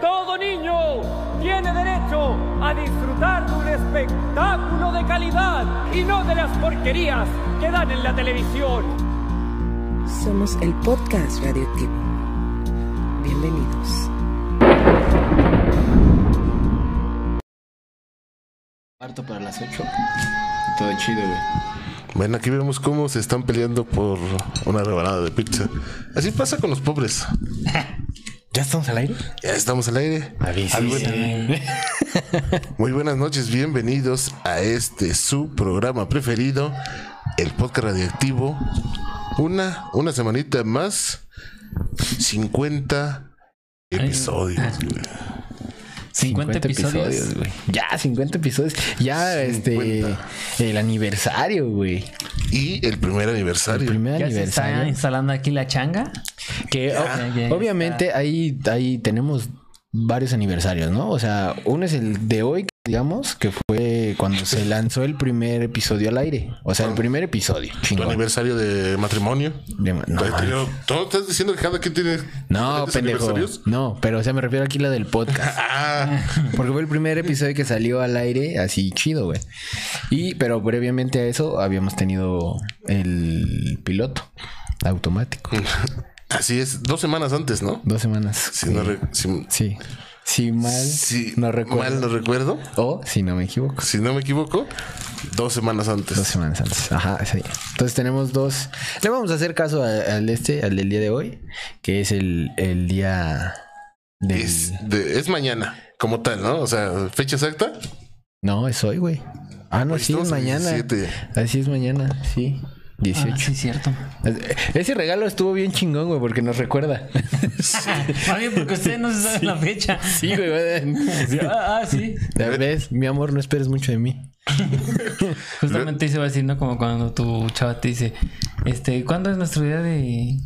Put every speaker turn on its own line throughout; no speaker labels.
todo niño tiene derecho a disfrutar de un espectáculo de calidad y no de las porquerías que dan en la televisión.
Somos el podcast radioactivo. Bienvenidos.
Harto para las 8. Todo chido, güey.
Bueno, aquí vemos cómo se están peleando por una rebanada de pizza. Así pasa con los pobres.
¿Ya estamos al aire?
Ya estamos al aire.
Avísenme.
Muy buenas noches, bienvenidos a este su programa preferido, el podcast radioactivo. Una, una semanita más, 50 episodios. güey.
50, episodios, güey. Ya, 50 episodios. Ya,
50.
este. El aniversario, güey.
Y el primer aniversario.
El primer
Ya se está
aniversario.
instalando aquí la changa.
Que o-
Ya, ya, ya
obviamente ahí, ahí tenemos varios aniversarios, ¿no? O sea, uno es el de hoy, digamos, que fue cuando se lanzó el primer episodio al aire. O sea, el primer episodio.
tu
chingón.
aniversario de matrimonio.
De- no,
Todo
mames.
estás diciendo que cada quien tiene
No,
diferentes
pendejo.
aniversarios?
No, pero o sea, me refiero aquí a la del podcast.
Ah,
Porque fue el primer episodio que salió al aire así chido, güey. Y, pero previamente a eso habíamos tenido el piloto automático.
así es, dos semanas antes, ¿no?
Dos semanas.
Si no, re- si-
Sí. Si mal
si
no recuerdo.
mal no recuerdo,
O si no me equivoco.
si no me equivoco, dos semanas antes.
Dos semanas antes. Ajá, sí. Entonces tenemos dos. Le vamos a hacer caso a- al este, al del día de hoy, que es el, el día del.
Es, de- es mañana, como tal, ¿no? O sea, fecha exacta.
No, es hoy, güey. Ah, no,
Hoy
sí, es
estamos a
mañana.
17.
Así es mañana, sí.
Ah,
18.
sí, cierto.
Ese regalo estuvo bien chingón, güey, porque nos recuerda.
Más bien porque ustedes no se saben la fecha.
Sí, güey. güey.
Ah, ah, sí.
Ya ves, mi amor, no esperes mucho de mí.
Justamente se va a decir, ¿no? Como cuando tu chava te dice, este, ¿cuándo es nuestro día de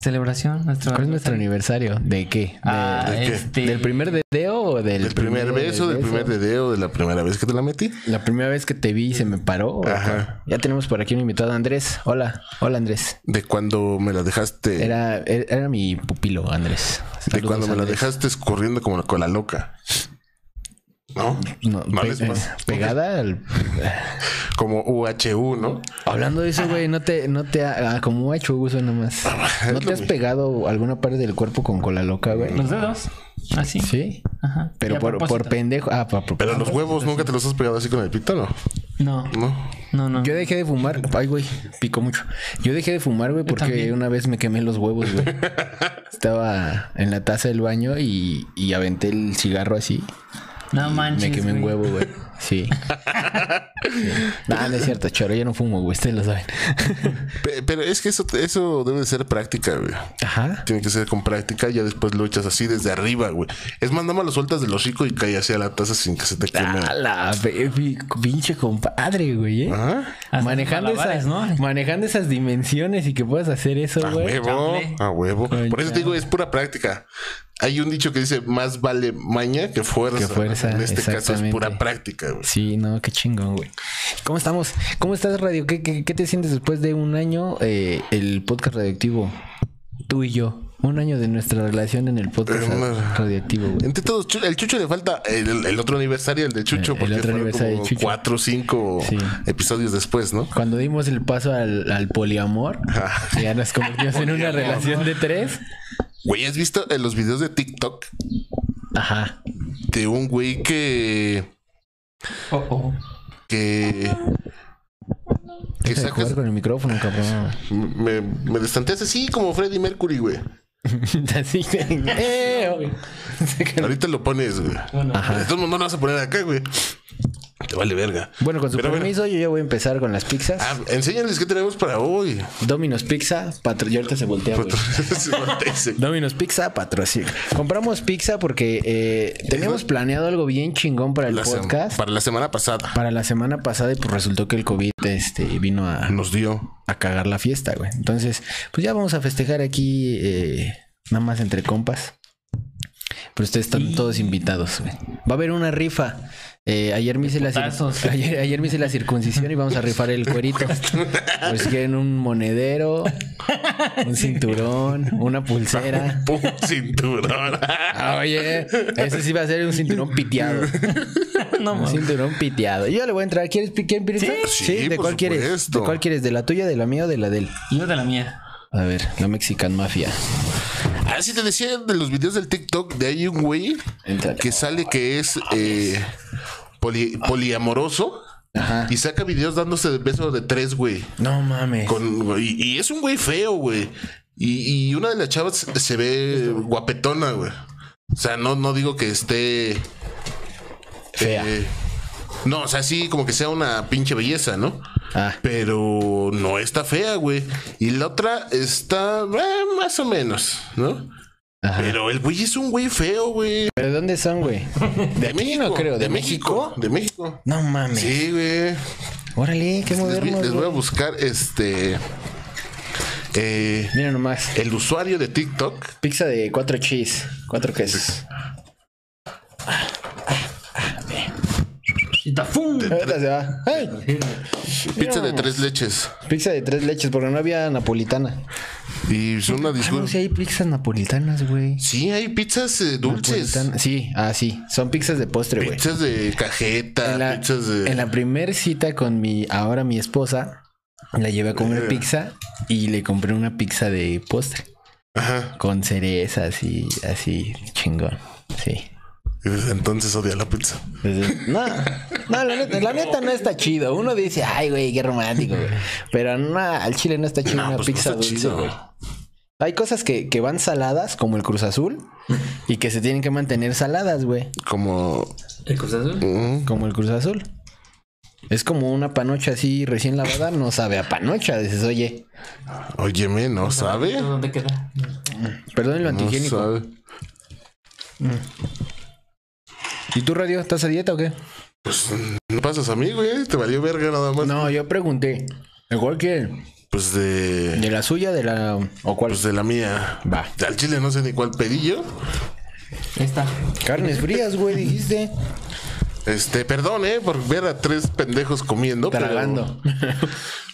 celebración? Nuestro
¿Cuál es nuestro
aniversario?
aniversario? ¿De qué? ¿De-
Ah,
¿De qué?
este.
¿Del primer dedeo o del
Del primer beso, del primer dedeo, de la primera vez que te la metí.
La primera vez que te vi y se me paró. ¿o
Ajá.
qué? Ya tenemos por aquí un invitado, Andrés. Hola, hola Andrés.
De cuando me la dejaste.
Era, era, era mi pupilo, Andrés.
de
Saludos,
cuando me la
Andrés.
dejaste escurriendo como la cola loca. ¿No?
No,
No
pe-
les pasa.
pegada al
Como UHU, ¿no?
Hablando de eso, güey, no te, no te, ha- ah, como ha hecho uso nomás. ¿No te has pegado alguna parte del cuerpo con cola loca, güey?
Los dedos. Así.
Sí.
Ajá. Y
Pero
a
por, por
propósito.
pendejo. Ah, por, por-
Pero los huevos nunca te los has pegado así con el pito, ¿no?
No,
No.
no, no.
Yo dejé de fumar. Ay, güey, picó mucho. Yo dejé de fumar, güey, porque
también.
una vez me quemé los huevos, güey. Estaba en la taza del baño y, y aventé el cigarro así.
No manches.
me quemé un
güey.
huevo, güey. Sí. Sí. No, no es cierto, choro. Yo no fumo, güey. Ustedes lo saben.
Pe- Pero es que eso, eso debe de ser práctica, güey.
Ajá.
Tiene que ser con práctica y ya después lo echas así desde arriba, güey. Es más, nada más lo sueltas del hocico y cae hacia la taza sin que se te queme.
Ah, la pe- pi- pinche compadre, güey. ¿eh?
Ajá.
Hasta
manejando
malabares,
esas,
¿no?
manejando esas dimensiones y que puedas hacer eso,
A
Pues güey.
huevo,
chable.
a huevo.
Ay,
Por eso te digo, es pura práctica. Hay un dicho que dice, más vale maña que fuerza.
Que fuerza,
En este caso es
exactamente.
pura práctica, güey.
Sí, no, qué chingón, güey. ¿Cómo estamos? ¿Cómo estás, Radio? ¿Qué, qué, qué te sientes después de un año eh, el podcast radioactivo? Tú y yo. Un año de nuestra relación en el podcast
Hermano.
radioactivo, güey.
Entre todos, Chu- el Chucho le falta el, el otro aniversario, el de Chucho,
El- el
porque
otro
fueron
aniversario
como
de Chucho.
cuatro o cinco
Sí.
episodios después, ¿no?
Cuando dimos el paso al, al poliamor, que ya nos convertimos en una relación de tres.
Güey, ¿has visto eh, los videos de TikTok
Ajá.
de un güey que...
Oh, oh.
que... que
Deja de
sacas-
jugar con el micrófono, cabrón.
Me, me destanteas así como Freddie Mercury, güey.
Así que- ¡Eh! güey.
Ahorita lo pones, güey. De todos modos, no lo vas a poner acá, güey. Te vale verga.
Bueno, con su
Pero bueno.
permiso, yo ya voy a empezar con las pizzas.
Ah, enséñales qué tenemos para hoy.
Domino's Pizza, patro... yo ahorita se voltea, Ah, güey.
Se voltea y se-
Domino's Pizza patrocina. Compramos pizza porque eh, teníamos planeado algo bien chingón para el
la sem-
podcast.
para la semana pasada
Para la semana pasada y pues resultó que el COVID este, vino a,
nos dio.
a cagar la fiesta, güey. Entonces, pues ya vamos a festejar aquí eh, nada más entre compas. Pero ustedes están todos invitados, güey. Va a haber una rifa. Eh, ayer, me hice la cir-
Putazos.
ayer, ayer me hice la circuncisión y vamos a rifar el cuerito. Por si quieren un monedero, un cinturón, una pulsera.
Pum, cinturón.
Ah, Oye, ese sí va a ser un cinturón piteado.
No
Un
mames.
cinturón piteado. Yo le voy a entrar. ¿Quieres pi- quieren pirita?
Sí,
¿de
por
cuál quieres?
supuesto.
¿De cuál quieres? ¿De la tuya, de la mía o de la de él?
Yo de la mía.
A ver, la Mexican Mafia.
Así Ah, te decía de los videos del TikTok, de ahí un güey
Entra.
que sale que es eh, poli- poliamoroso
Ajá.
y saca videos dándose de beso de tres, güey.
No mames.
Con, y, y es un güey feo, güey. Y, y una de las chavas se ve guapetona, güey. O sea, no, no digo que esté.
Fea.
eh, no, o sea, sí, como que sea una pinche belleza, ¿no?
Ah.
Pero no está fea, güey. Y la otra está eh, más o menos, ¿no?
Ajá.
Pero el güey es un güey feo, güey.
¿Pero de dónde son, güey?
De,
no creo, ¿de México?
De México.
No mames.
Sí, güey.
Órale, qué
Les, vi-
moderno.
les voy a
güey.
buscar este. Eh,
Mira nomás.
el usuario de TikTok.
Pizza de cuatro cheese, cuatro quesos.
Y tafum.
Ahorita se va. ¡Ay!
Pizza de tres leches.
Pizza de tres leches, porque no había napolitana.
Y es una
Ah, no,
disculpa.
sí hay pizzas napolitanas, güey.
Sí, hay pizzas eh, dulces.
Napolitana- Sí, ah, sí. Son pizzas de postre, güey.
Pizzas de cajeta,
en la,
pizzas de.
en la primer cita con mi ahora mi esposa, la llevé a
Eh.
comer pizza y le compré una pizza de postre
Ajá.
con cerezas y así chingón. Sí.
Y desde entonces odia la pizza.
Desde- Pues, eh, No, no, la neta, la neta no está chido. Uno dice, ay, güey, qué romántico, güey. Pero no, al chile no está chido
No,
una
pues no
pizza
está
dulce,
chido.
güey. Hay cosas que, que van saladas, como el Cruz Azul, y que se tienen que mantener saladas, güey.
Como.
¿El Cruz Azul?
mm,
Como el Cruz Azul. Es como una panocha así recién lavada, no sabe a panocha. Dices, oye,
Óyeme, no sabe. No
¿Dónde queda?
perdón lo antihigiénico.
sabe.
¿Y tú, radio, estás a dieta o qué?
Pues, ¿No pasas a mí, güey? Te valió verga nada más.
No, yo pregunté. ¿De cuál quiere?
Pues de.
¿De la suya, de la. o cuál?
Pues de la mía.
Va.
Al chile no sé ni cuál pedillo.
Esta.
Carnes frías, güey, dijiste.
Este, perdón, eh, por ver a tres pendejos comiendo. pero-
Tragando.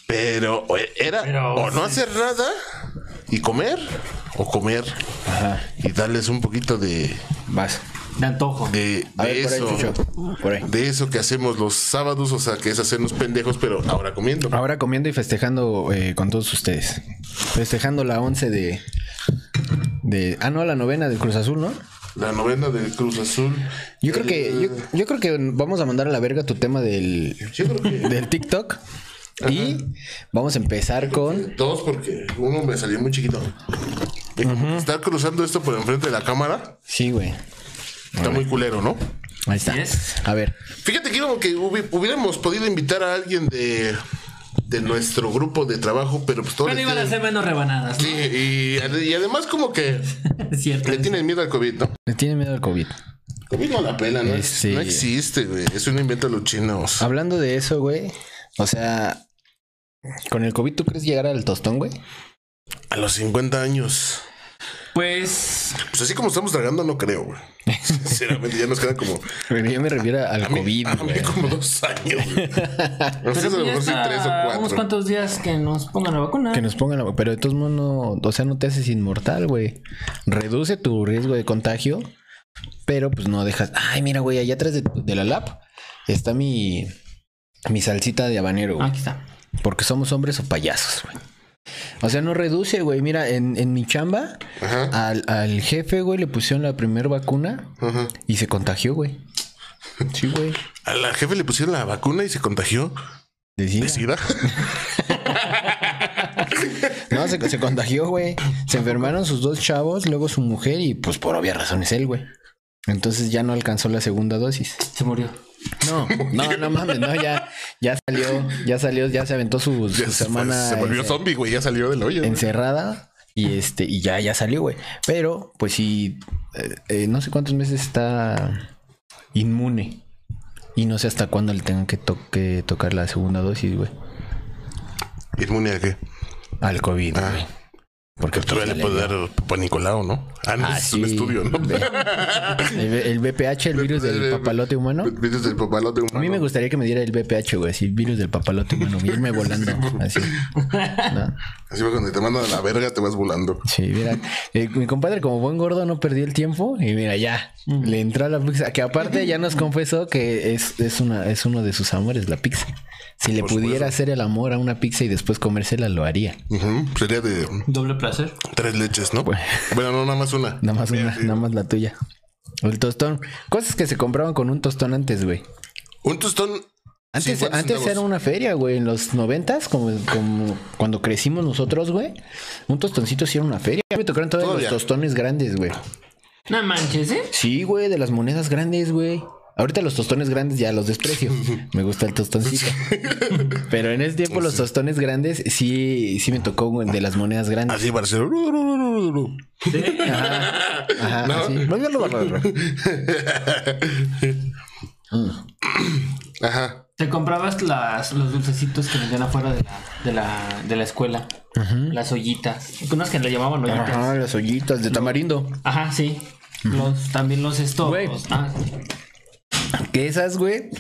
Pero o era
Pero,
o no
sí.
hacer nada y comer o comer
Ajá.
y darles un poquito de
Vas.
De antojo.
de,
A
de
ver, por ahí,
eso
Chucho. Por ahí.
de eso que hacemos los sábados, o sea, que es hacernos pendejos, pero ahora comiendo.
Ah.
Ahora comiendo y festejando eh, con todos ustedes. Festejando la once de. de. Ah, no, la novena del Cruz Azul, ¿no?
La novena del Cruz Azul. Eh,
Yo creo que. Yo, yo creo que vamos a mandar a la verga tu tema del.
Yo creo que
del TikTok. Y vamos a empezar con.
dos porque uno me salió muy chiquito. Y como que Estar cruzando esto por enfrente de la cámara
Sí, güey.
está muy culero, ¿no?
Ahí está.
Así es.
A ver.
Fíjate que, como que hubi- hubiéramos podido invitar a alguien de, de nuestro grupo de trabajo, pero pues todos
Pero
le
iban a
tienen-
hacer menos rebanadas.
Sí, y, ade- y además como que
Es cierto.
le tienen miedo al COVID, ¿no?
Le tiene miedo al COVID.
COVID no la pela, ¿no?
Este-
No existe, güey. Es un invento de los chinos.
Hablando de eso, güey. O sea. Con el COVID, ¿tú crees llegar al tostón, güey?
A los 50 años.
Pues.
Pues así como estamos tragando, no creo, güey. Sinceramente, ya nos queda como...
Pero yo me refiero al
A mí,
COVID,
a mí
güey.
como dos años, güey. No sé, a
Pero
lo
pues ya
mejor sí
está
tres o
unos
cuatro.
cuantos días que nos pongan la vacuna.
Que nos pongan la... Pero de todos modos no... O sea, no te haces inmortal, güey. Reduce tu riesgo de contagio. Pero pues no dejas... Ay, mira, güey, allá atrás de, de la lab está mi... Mi salsita de habanero, güey.
Ah.
Aquí está.
Porque somos hombres o payasos, güey. O sea, no reduce, güey. Mira, en, en mi chamba,
Ajá.
al, al jefe, güey, le pusieron la primera vacuna
Ajá.
y se contagió, güey. Sí, güey.
A la jefe le pusieron la vacuna y se contagió
De
de
sida.
sida.
No, se, se contagió, güey. Se enfermaron sus dos chavos, luego su mujer y pues por obvias razones él, güey. Entonces ya no alcanzó la segunda dosis.
Se murió.
No, no, no mames, no, ya, ya salió, ya salió, ya se aventó su, su
Ya se, fue-
semana
se volvió
en-
zombie, güey. Ya salió del hoyo. güey.
eh, encerrada y este, y ya, ya salió, güey. Pero, pues sí, eh, eh, no sé cuántos meses está inmune. Y no sé hasta cuándo le tengan que, to- que tocar la segunda dosis, güey.
¿Inmune a qué? Ah.
Al COVID, güey. Porque
Que todavía le puede dar Papá Nicolau, ¿no? Ah, no,
Ah,
es un
sí.
estudio, ¿no?
El, el BPH, el virus del papalote humano.
Virus del papalote humano.
A mí me gustaría que me diera el BPH, güey, así, virus del papalote humano, y irme volando, así. ¿no?
Así que cuando te mandan a la verga, te vas volando.
Sí, mira, eh, mi compadre como buen gordo no perdió el tiempo y mira, ya, le entró a la pizza, que aparte ya nos confesó que es, es, una, es uno de sus amores, la pizza. Si le
Por
pudiera
supuesto.
hacer el amor a una pizza y después comérsela, lo haría.
Ujú, Sería de
Doble placer.
tres leches, ¿no? Bueno, no, nada más una.
Nada más una, nada más la tuya. El tostón. Cosas que se compraban con un tostón antes, güey.
Un tostón.
Antes,
50
antes
centavos.
era una feria, güey, en los noventas, como, como cuando crecimos nosotros, güey. Un tostoncito sí era una feria. Me tocaron todavía,
Todavía.
los tostones grandes, güey.
No manches, ¿eh?
Sí, güey, de las monedas grandes, güey. Ahorita los tostones grandes ya los desprecio. Me gusta el tostoncito. Pero en ese tiempo los tostones grandes sí, sí me tocó güey, de las monedas grandes.
Así parece. No,
Ajá, así.
Ajá.
Te comprabas las, los dulcecitos que vendían afuera de la, de la, de la escuela. Las ollitas. Unas que le llamaban ollitas. Ajá,
Ajá, las ollitas de tamarindo.
sí. Los, también los
Güey.
estos. Ah,
Que esas, güey,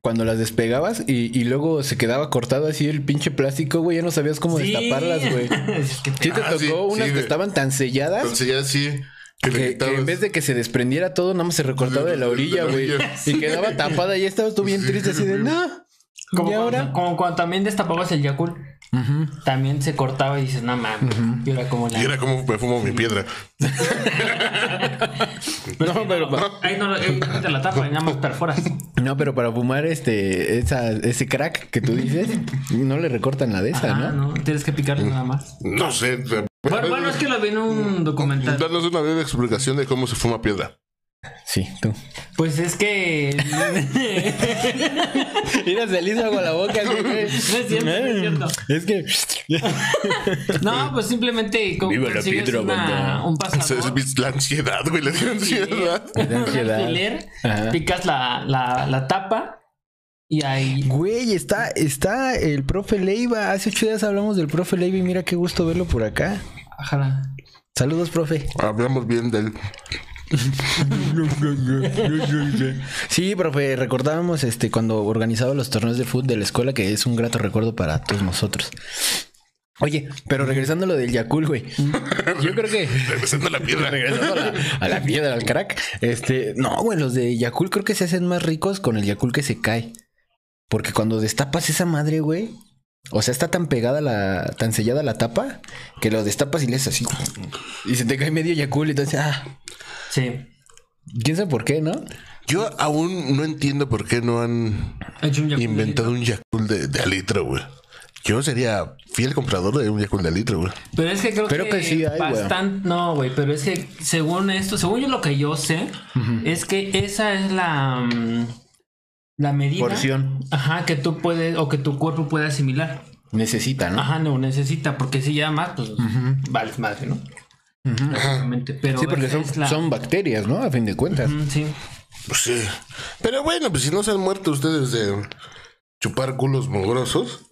cuando las despegabas y, y luego se quedaba cortado así el pinche plástico, güey, ya no sabías cómo
sí.
destaparlas, güey.
Es que
Sí
te-
te
Ah,
tocó
sí,
unas
sí,
que
güey.
estaban tan selladas
Entonces ya sí. Que, le
que, que
quitabas.
en vez de que se desprendiera todo, nada más se recortaba de la orilla,
De la
güey.
orilla.
Y quedaba tapada y estabas tú bien triste así de, no.
como,
¿Y
cuando,
ahora?
como cuando también destapabas el Yakul. También se cortaba y dices, no mames. Y ahora como la.
Y era como me fumo mi piedra.
no, pero. Ahí no ahí te la tapa, nada más perforas.
No, pero para fumar este, esa, ese crack que tú dices, no le recortan la de esa,
Ah,
¿no?
no, tienes que picarle nada más.
No sé.
Bueno, bueno, es que lo vi en un documental.
Darnos una breve explicación de cómo se fuma piedra.
Sí, tú.
Pues es que.
Mira, se le hizo agua a la boca. güey.
es cierto, no es cierto.
Es que...
No, pues simplemente con-
Viva la
consigues
piedra,
una-
banda.
un
Esa
pasador, eh,
es la ansiedad, güey. Le dio ansiedad.
Me da
un
ansiedad.
alfiler,
Ajá.
picas la, la, la tapa y ahí
Güey, está, está el profe Leiva. Hace ocho días hablamos del profe Leiva y mira qué gusto verlo por acá.
ajá,
Saludos, profe.
Hablamos bien del.
Sí, profe, recordábamos este cuando organizaba los torneos de fútbol de la escuela, que es un grato recuerdo para todos nosotros. Oye, pero regresando a lo del Yakul, güey. Yo creo que
Regresando a la piedra.
regresando a la, a la piedra, al crack. Este, no, güey, los de Yakul creo que se hacen más ricos con el Yakul que se cae. Porque cuando destapas esa madre, güey, o sea, está tan pegada la, tan sellada la tapa, que lo destapas y le haces así. Y se te cae medio Yakul y entonces, ah,
sí,
quién sabe por qué, ¿no?
Yo aún no entiendo por qué no han
he hecho un jacuzzi.
inventado un Yakul de, de a litro, güey. Yo sería fiel comprador de un Yakul de a litro, güey.
Pero es que creo
Pero que sí hay, güey.
bastante, no, güey, pero es que según esto, según yo lo que yo sé, es que esa es la mm, la medida,
Porción.
ajá, que tú puedes o que tu cuerpo puede asimilar.
Necesita, ¿no?
Ajá, no necesita, porque si ya más, pues vale madre, ¿no? Obviamente, Pero
Sí, porque
esa
son,
es la-
son bacterias, ¿no? A fin de cuentas.
Mm, sí.
Pues sí. Pero bueno, pues si no se han muerto ustedes de chupar culos mugrosos,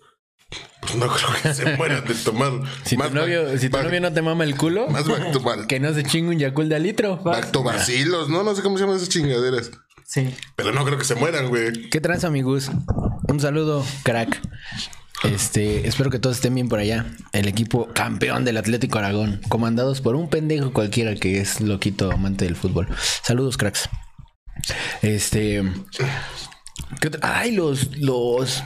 pues no creo que se mueran de tomar.
Si tu,
más
novio,
bac-
si tu
bac-
novio no te mama el culo,
Más bactobal-
que no se chingue un Yakul de a litro.
bactobacilos, ¿no? No sé cómo se llaman esas chingaderas.
Sí.
Pero no creo que se mueran, güey.
¿Qué trans, amigos? Un saludo, crack. Este, espero que todos estén bien por allá. El equipo campeón del Atlético Aragón, comandados por un pendejo cualquiera que es loquito amante del fútbol. Saludos, cracks. Este, ¿qué otra- ay, los, los,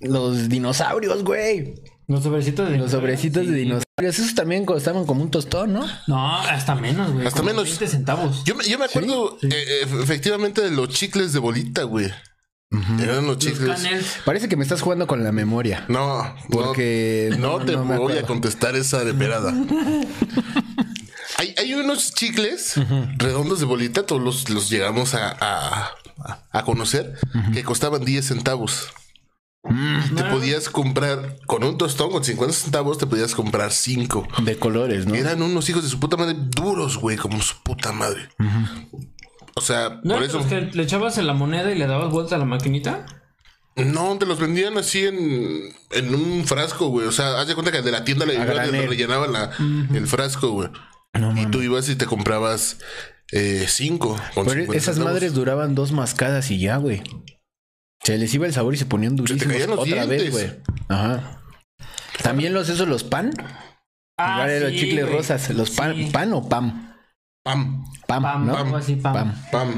los dinosaurios, güey.
Los sobrecitos de
Los sobrecitos de
Sí.
dinosaurios, esos también costaban como un tostón, ¿no?
No, hasta menos, güey.
Hasta
como
menos.
20 centavos.
Yo me, yo me acuerdo eh, eh, efectivamente de los chicles de bolita, güey. Eran los
Los
chicles.
canels.
Parece que me estás jugando con la memoria.
No,
Porque
no,
no,
no te
no me
voy a
acuerdo.
contestar esa deperada. hay, hay unos chicles redondos de bolita, todos los, los llegamos a, a- a conocer, que costaban 10 centavos.
Mm.
Te podías comprar con un tostón, con 50 centavos, te podías comprar 5.
De colores, ¿no?
Eran unos hijos de su puta madre duros, güey, como su puta madre. O sea,
¿No
por
eran
eso.
los que le echabas en la moneda y le dabas vuelta a la maquinita?
No, te los vendían así en, en un frasco, güey. O sea, haz de cuenta que de la tienda le,
A
iban y le
granel.
rellenaban la- el frasco, güey.
No
y tú ibas y te comprabas eh, cinco. con
Pero
50
esas
centavos.
madres duraban dos mascadas y ya, güey. Se les iba el sabor y se ponían durísimos
caían los
otra vez,
dientes.
güey. Ajá. También los esos, los pan. Igual de los chicles
Ah, güey.
rosas. Los pan,
Sí.
pan o pam.
Pam,
Pam,
Pam,
¿no?
algo así, pam.
Pam.
pam.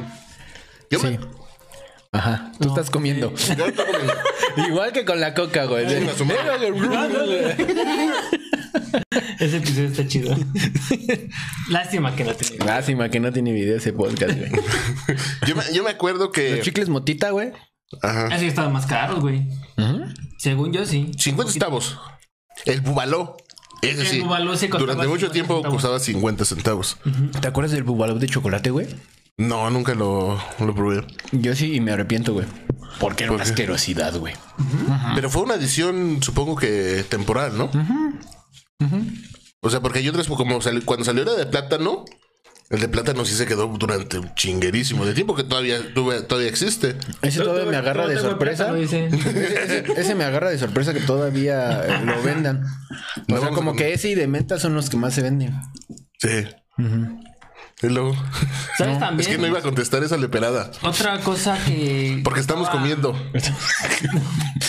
Yo
Sí.
me-
Ajá. Tú estás comiendo.
yo estoy comiendo.
Igual que con la coca, güey.
Chinga su madre.
Ese episodio está chido. Lástima que no tenía.
Lástima que no tiene video ese podcast, güey.
Yo me, yo me acuerdo
Los
que...
chicles motita, güey.
Ajá.
Así estaban más caros, güey. Según yo, sí.
50 centavos. El bubaló. Ese
El
sí.
bubaló sí costaba
Durante mucho
50
tiempo
centavos.
costaba 50 centavos.
¿Te acuerdas del bubalop de chocolate, güey?
No, nunca lo, lo probé.
Yo sí y me arrepiento, güey. Porque era una asquerosidad, güey.
Pero fue una edición, supongo que temporal, ¿no? O sea, porque hay otras, como sali- cuando salió la de plátano, el de plátano sí se quedó durante un chinguerísimo de tiempo que todavía, tuve- todavía existe.
Ese todavía me agarra de sorpresa.
Lo dice.
Ese, ese me agarra de sorpresa que todavía eh, lo vendan. O sea, como que ese y de menta son los que más se venden.
Sí. Y luego,
¿Sabes
es
también?
que no iba a contestar esa leperada.
Otra cosa que.
Porque estamos
Ah.
comiendo.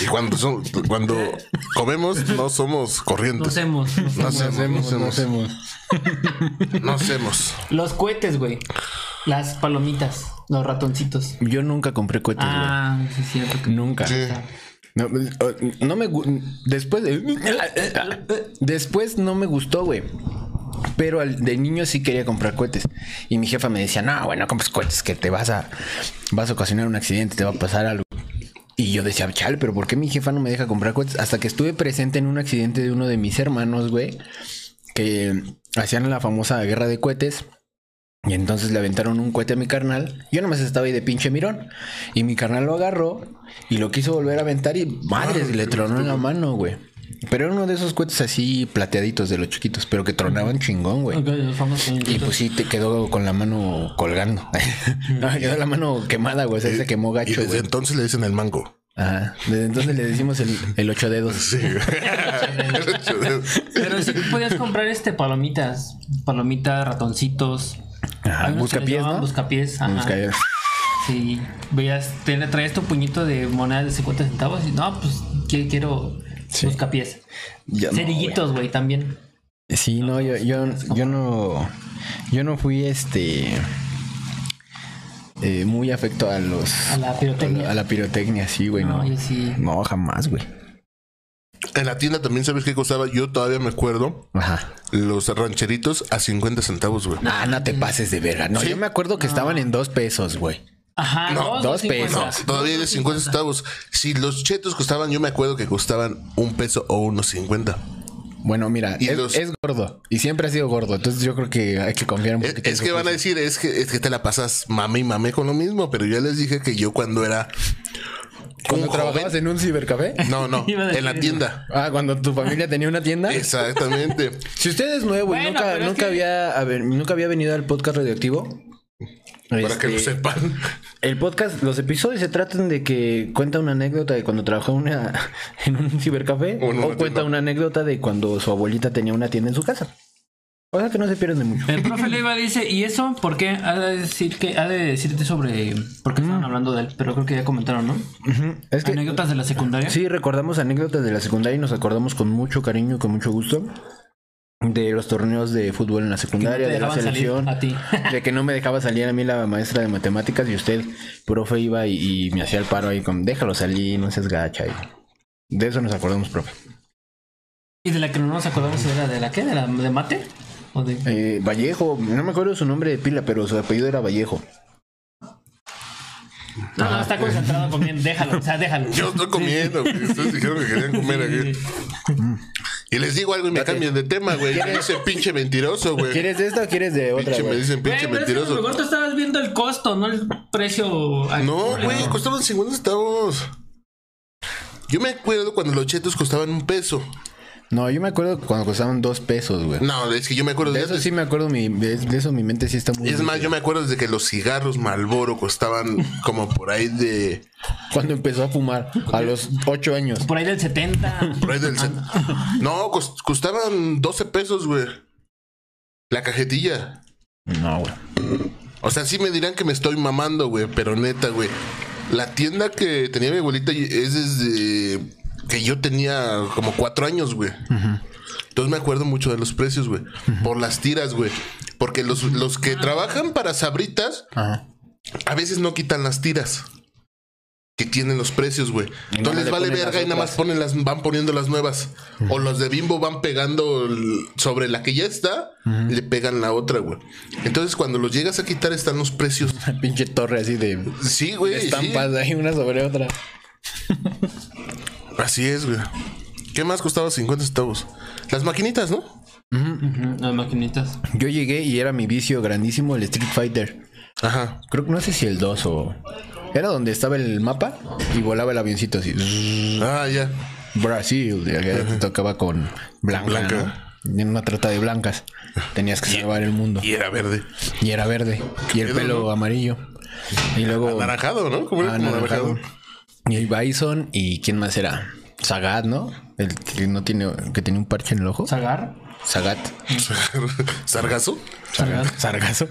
y cuando, son- cuando comemos, no somos
No
corrientes.
hacemos. no
No
hacemos.
hacemos, no hacemos.
hacemos.
No hacemos.
Los cohetes, güey. Las palomitas. Los ratoncitos.
Yo nunca compré cohetes, güey.
Ah, sí, es cierto. que-
Nunca.
Sí.
No, eh, no me gu- después de- después no me gustó, güey. Pero al- de niño sí quería comprar cohetes y mi jefa me decía, "No, bueno, compres cohetes que te vas a vas a ocasionar un accidente, te va a pasar algo." Y yo decía, "Chal, pero ¿por qué mi jefa no me deja comprar cohetes?" Hasta que estuve presente en un accidente de uno de mis hermanos, güey, que hacían la famosa guerra de cohetes. Y entonces le aventaron un cohete a mi carnal. Yo nomás estaba ahí de pinche mirón. Y mi carnal lo agarró y lo quiso volver a aventar y madres, le tronó en la mano, güey. Pero era uno de esos cohetes así plateaditos de los chiquitos, pero que tronaban chingón, güey.
Ok, los famosos
Y
cohetes.
pues sí, te quedó con la mano colgando. no, quedó la mano quemada, güey. O sea, se quemó
Y
gacho,
desde
güey.
entonces le dicen el mango.
Ajá. Desde entonces le decimos el, el ocho dedos.
Sí.
Pero sí podías comprar este palomitas. Palomitas, ratoncitos.
Ajá,
Hay unos que
Ah, buscapiés,
les llamaban
¿no?
Buscapiés, ajá.
Busca-
Sí, veías, te- traías tu puñito de monedas de 50 centavos y no, pues qui- quiero
Sí.
buscapiés.
Ya no,
Cerillitos, güey, también.
Eh, Sí, no, yo, yo, yo no. Yo no fui este. eh, muy afecto a los.
A la pirotecnia.
A la pirotecnia, sí, güey, no.
No, yo sí.
No, jamás, güey.
En la tienda también sabes qué costaba. Yo todavía me acuerdo
Ajá.
los rancheritos a 50 centavos, güey.
Ah, no te pases de verga. No,
Sí. Ah.
yo me acuerdo que estaban en dos pesos, güey.
Ajá,
No,
dos,
dos
cincuenta.
pesos.
Todavía de 50 centavos. Si los chetos costaban, yo me acuerdo que costaban un peso o unos 50.
Bueno, mira,
Y
es,
los-
es gordo y siempre ha sido gordo. Entonces yo creo que hay que confiar un
Es,
poquito. en
es
su
que van a
juicio.
decir, es que, es que te la pasas mame y mame con lo mismo, pero yo les dije que yo cuando era
Cuando
un
trabajabas
joven...
en un cibercafé.
No, no,
Iba a decir
en la
eso.
tienda.
Ah, cuando tu familia tenía una tienda.
Exactamente.
Si usted es nuevo y
Bueno,
nunca,
pero es
nunca
que-
había a ver, nunca había venido al podcast radioactivo.
Para que lo
este,
sepan.
El podcast, los episodios se tratan de que cuenta una anécdota de cuando trabajó una, en un cibercafé
O
o,
en una
cuenta
tienda.
una anécdota de cuando su abuelita tenía una tienda en su casa. O sea que no se pierden de mucho.
El profe Leiva dice, ¿y eso por qué? Ha de decir que, ha de decirte sobre por qué estaban hablando de él, pero creo que ya comentaron, ¿no?
Mm. Es que
Anécdotas de la secundaria.
sí recordamos anécdotas de la secundaria y nos acordamos con mucho cariño, con mucho gusto de los torneos de fútbol en la
que no te
secundaria, de la
dejaban salir
selección.
a ti.
de que no me dejaba salir a mí la maestra de matemáticas y usted, profe, iba y, y me hacía el paro ahí con, déjalo salir, no seas gacha. y- de eso nos acordamos, profe.
Y de la que no nos acordamos era de la qué, de la de mate o de
Eh, Vallejo, no me acuerdo su nombre de pila, pero su apellido era Vallejo.
No, no,
ah,
está concentrado comiendo, déjalo, o sea, déjalo. Eh,
Yo eh, estoy comiendo. güey. Ustedes dijeron que querían comer aquí. Y les digo algo y me cambian de tema, güey. Me dicen pinche mentiroso, güey.
¿Quieres de esta o quieres de otra?
Pinche, me
güey?
dicen
Güey,
pinche
pero es que A lo
mentiroso. Ah,
mejor tú estabas viendo el costo, no el precio.
No, güey, costaban 50 centavos. Yo me acuerdo cuando los chetos costaban un peso.
No, yo me acuerdo cuando costaban dos pesos, güey.
No, es que yo me acuerdo
De
de
eso
antes.
sí me acuerdo, mi, de de eso mi mente sí está muy...
Es más, yo me acuerdo desde que los cigarros Malboro costaban como por ahí de.
Cuando empezó a fumar, a los ocho años.
Por ahí del 70.
Por ahí del. cen-
Ah,
No, cos- costaban 12 pesos, güey. La cajetilla.
No, güey.
O sea, sí me dirán que me estoy mamando, güey, pero neta, güey. La tienda que tenía mi abuelita y- es desde que yo tenía como cuatro años, güey. Entonces me acuerdo mucho de los precios, güey. Por las tiras, güey. Porque los, los que trabajan para sabritas
Ajá.
a veces no quitan las tiras que tienen los precios, güey.
nada
No
más
les
le
vale
ponen
verga
las
y nada más
otras.
ponen las, van poniendo las nuevas. O los de Bimbo van pegando el- sobre la que ya está, le pegan la otra, güey. Entonces cuando los llegas a quitar están los precios.
Pinche torre así de...
Sí, güey. sí.
Estampas ahí una sobre otra.
Así es, güey. ¿Qué más costaba 50 centavos? Las maquinitas, ¿no?
Ujú, Las maquinitas.
Yo llegué y era mi vicio grandísimo el Street Fighter.
Ajá.
Creo que no sé si el 2 o... Era donde estaba el mapa y volaba el avioncito así.
Ah, ya.
Brasil, de acá te tocaba con Blanca.
Blanca.
¿no? En una trata de blancas. Tenías que salvar el mundo.
Y era verde.
Y era verde. Y el
Qué pedo,
pelo
¿no?
amarillo. Y luego.
Anaranjado, ¿no? ¿Cómo
Ah,
era? Como
Anaranjado.
anaranjado.
Y el Bison. ¿Y quién más era? Sagat, ¿no? El que no tiene. que tenía un parche en el ojo.
Sagar.
Sagat.
¿Sargazo?
Sagar.
Sargazo.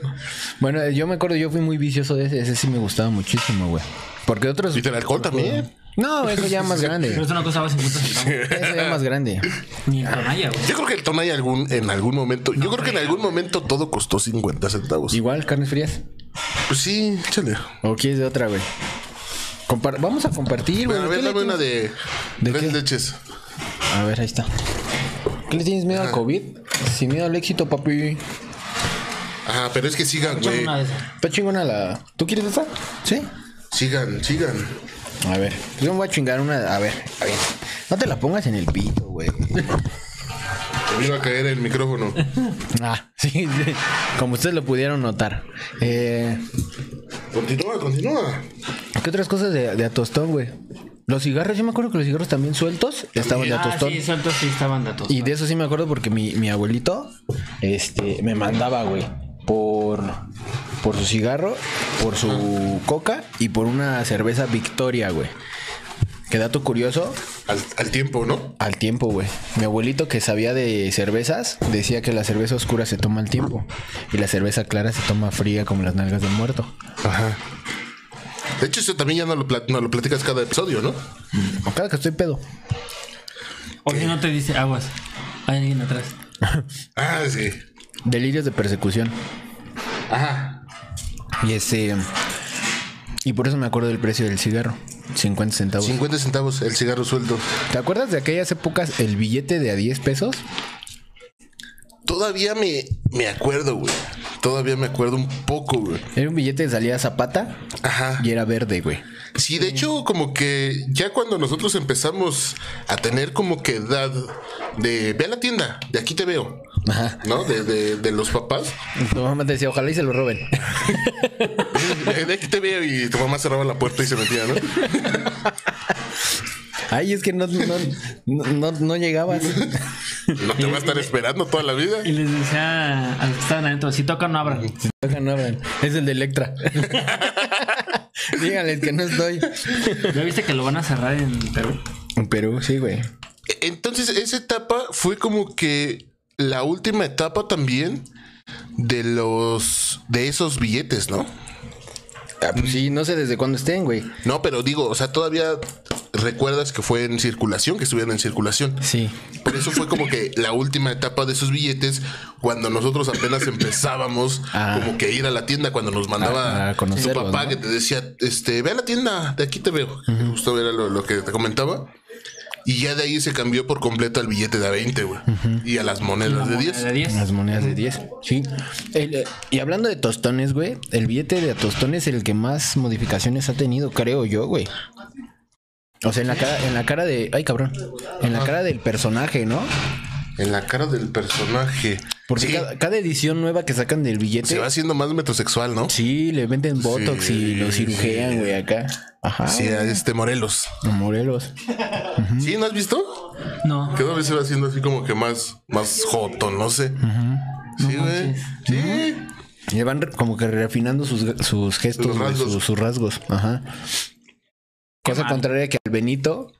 Bueno, eh, yo me acuerdo, yo fui muy vicioso de ese. Ese sí me gustaba muchísimo, güey. Porque otros. ¿Eh?
¿Y ¿Eh? el alcohol también?
No, eso ya más
Pero
grande.
esto no costaba 50 centavos.
Eso ya más grande.
Ni en Tonaya, güey.
Yo creo que el Tonay algún, en algún momento. yo creo que en algún momento todo costó 50 centavos.
Igual, carnes frías.
Pues sí, échale.
¿O quieres de otra, güey? Compar- Vamos a compartir, güey.
Bueno, a
¿Qué
ver,
le
dame una
tienes-
de,
¿De
tres
qué?
leches.
A ver, ahí está. ¿Qué le tienes miedo al COVID? Sin miedo al éxito, papi.
Ajá, pero es que sigan,
Échame
güey.
una de esas.
Está chingona la. ¿Tú quieres esta? Sí.
Sigan, sigan.
A ver. Pues yo me voy a chingar una. A ver, a ver. No te la pongas en el pito, güey.
Me iba a caer el micrófono.
Ah, sí, sí. Como ustedes lo pudieron notar. Eh,
Continúa, continúa.
¿Qué otras cosas de, de Atostón, güey? Los cigarros, yo me acuerdo que los cigarros también sueltos estaban de
Ah,
Atostón.
sí, sueltos sí estaban datos.
Y de eso sí me acuerdo porque mi, mi abuelito este, me mandaba, güey, por, por su cigarro, por su coca y por una cerveza Victoria, güey. Qué dato curioso,
Al, al tiempo, ¿no?
al tiempo, güey. Mi abuelito que sabía de cervezas decía que la cerveza oscura se toma al tiempo y la cerveza clara se toma fría como las nalgas del muerto.
Ajá. De hecho, eso también ya no lo, plat- no lo platicas cada episodio, ¿no?
Cada que estoy pedo.
O si no te dice aguas. Hay alguien atrás.
Ah, sí.
Delirios de persecución.
Ajá.
Y este... Y por eso me acuerdo del precio del cigarro. 50 centavos.
50 centavos el cigarro suelto.
¿Te acuerdas de aquellas épocas el billete de a 10 pesos?
Todavía me, me acuerdo, güey. Todavía me acuerdo un poco, güey.
Era un billete que salía zapata
Ajá.
y era verde, güey.
Sí, de hecho, como que ya cuando nosotros empezamos a tener como que edad de ve a la tienda, de aquí te veo,
Ajá.
¿no? De, de, de los papás,
Tu mamá te decía, ojalá y se lo roben.
de aquí te veo y tu mamá cerraba la puerta y se metía, ¿no?
Ay, es que no, no, no, no- no llegabas.
No te va a estar esperando toda la vida.
Y les decía a los que estaban adentro, si tocan no abran.
Oigan, no abran. Es el de Electra. Díganles que no estoy.
¿Ya viste que lo van a cerrar en Perú?
En Perú, sí, güey.
Entonces, esa etapa fue como que la última etapa también de los de esos billetes, ¿no?
Ah, pues sí, no sé desde cuándo estén, güey.
No, pero digo, o sea, todavía recuerdas que fue en circulación, que estuvieron en circulación.
Sí.
Por eso fue como que la última etapa de esos billetes, cuando nosotros apenas empezábamos
Ah.
como que ir a la tienda, cuando nos
A-
mandaba
a
tu
conocerlos,
papá
¿no?
que te decía, este, ve a la tienda, de aquí te veo. Justo era lo, lo que te comentaba. Y ya de ahí se cambió por completo al billete de a 20, güey. Y a las monedas de 10.
De 10.
Las monedas de 10. Sí. El, eh, y hablando de tostones, güey, el billete de tostón es el que más modificaciones ha tenido, creo yo, güey. Ah. O sea, en la cara, en la cara de. Ay, cabrón. En la cara del personaje, ¿no?
en la cara del personaje.
Porque
Sí,
cada, cada edición nueva que sacan del
se
billete,
va haciendo más metrosexual, ¿no?
sí, le venden botox
Sí,
y lo
sí.
cirujean, güey, acá. Ajá.
Sí, a este Morelos.
güey. Morelos.
¿Sí? ¿No has visto?
No.
Cada vez se va haciendo así como que más, más joto, no sé. Sí, güey. Sí.
Le van re- como que refinando sus, sus gestos,
Sus
güey,
rasgos.
sus, sus rasgos. Ajá. Cosa contraria que al Benito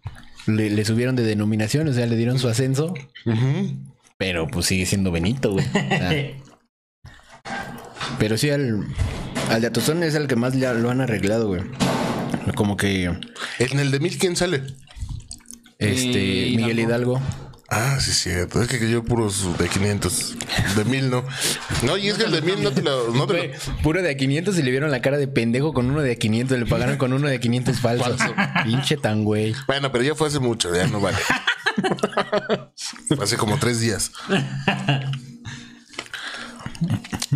le, le subieron de denominación, o sea, le dieron su ascenso,
Ujú.
pero pues sigue siendo Benito, güey. O sea, pero sí, al, al de Atozón es el que más le- lo han arreglado, güey. Como que
En el de mil, ¿quién sale?
este
Eh,
Miguel Hidalgo.
Ah, sí, cierto. Es que yo puros de 500. De mil, no. No, y es que el de mil no te lo. No te
Güey,
lo
Puro de a 500 y le vieron la cara de pendejo con uno de a 500, le pagaron con uno de a 500 falso. Pinche tan güey.
bueno, pero ya fue hace mucho, ya no vale. Fue hace como tres días.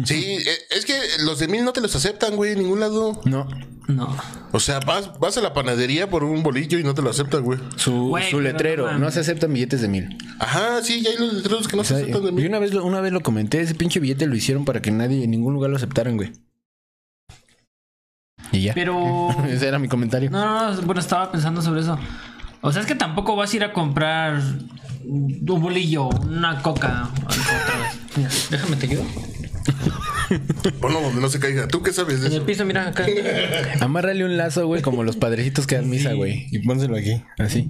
Sí, eh, es que los de mil no te los aceptan, güey, en ningún lado.
No,
No.
O sea, vas, vas a la panadería por un bolillo y no te lo aceptan, güey.
su,
Güey,
su
pero
letrero,
no
no,
mames.
se aceptan billetes de mil.
Ajá, sí, ya hay los letreros que no
O sea,
se aceptan de
yo
mil.
una vez, lo, una vez lo comenté, ese pinche billete lo hicieron para que nadie en ningún lugar lo aceptaran, güey. Y ya.
Pero.
Ese era mi comentario.
No, no, no, bueno, estaba pensando sobre eso. O sea, es que tampoco vas a ir a comprar un bolillo, una coca. Otra vez. Mira, déjame te ayudo.
Ponlo donde no se caiga. ¿Tú qué sabes de
En el
eso?
piso, mira acá.
Amárrale un lazo, güey, como los padrecitos que dan misa, güey. Y pónselo aquí, así.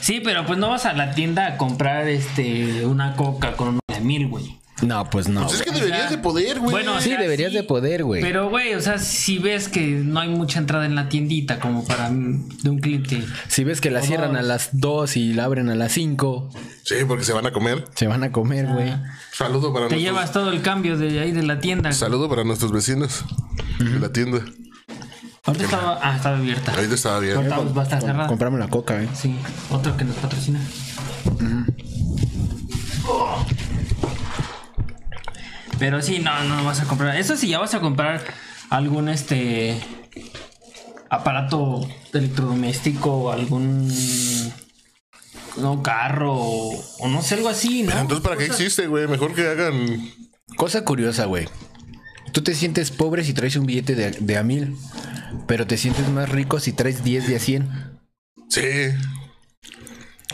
Sí, pero pues no vas a la tienda a comprar este una coca con uno de mil, güey.
No, pues no.
Pues es
güey.
que deberías de poder, güey.
Bueno,
Sí, deberías de poder, güey.
Pero, güey, o sea, si ves que no hay mucha entrada en la tiendita como para mm, de un cliente.
Si ves que la
No,
cierran
no.
a las 2 y la abren a las 5,
Sí, porque se van a comer.
se van a comer, güey.
Ah,
Saludo para
Te
nuestros-
llevas todo el cambio de ahí de la tienda.
Saludo para nuestros vecinos de la tienda.
Ahorita estaba, ah, estaba abierta.
Ahorita estaba bien.
Ahorita pues va a estar cerrada.
Comprame la coca, eh.
Sí, otro que nos patrocina. Pero sí, no, no vas a comprar. Eso sí, ya vas a comprar algún este aparato electrodoméstico, algún no carro o, o no sé algo así, ¿no?
Pero entonces, ¿para qué existe, güey? Mejor que hagan.
Cosa curiosa, güey. Tú te sientes pobre si traes un billete de, de a mil, pero te sientes más rico si traes 10 de a 100.
Sí.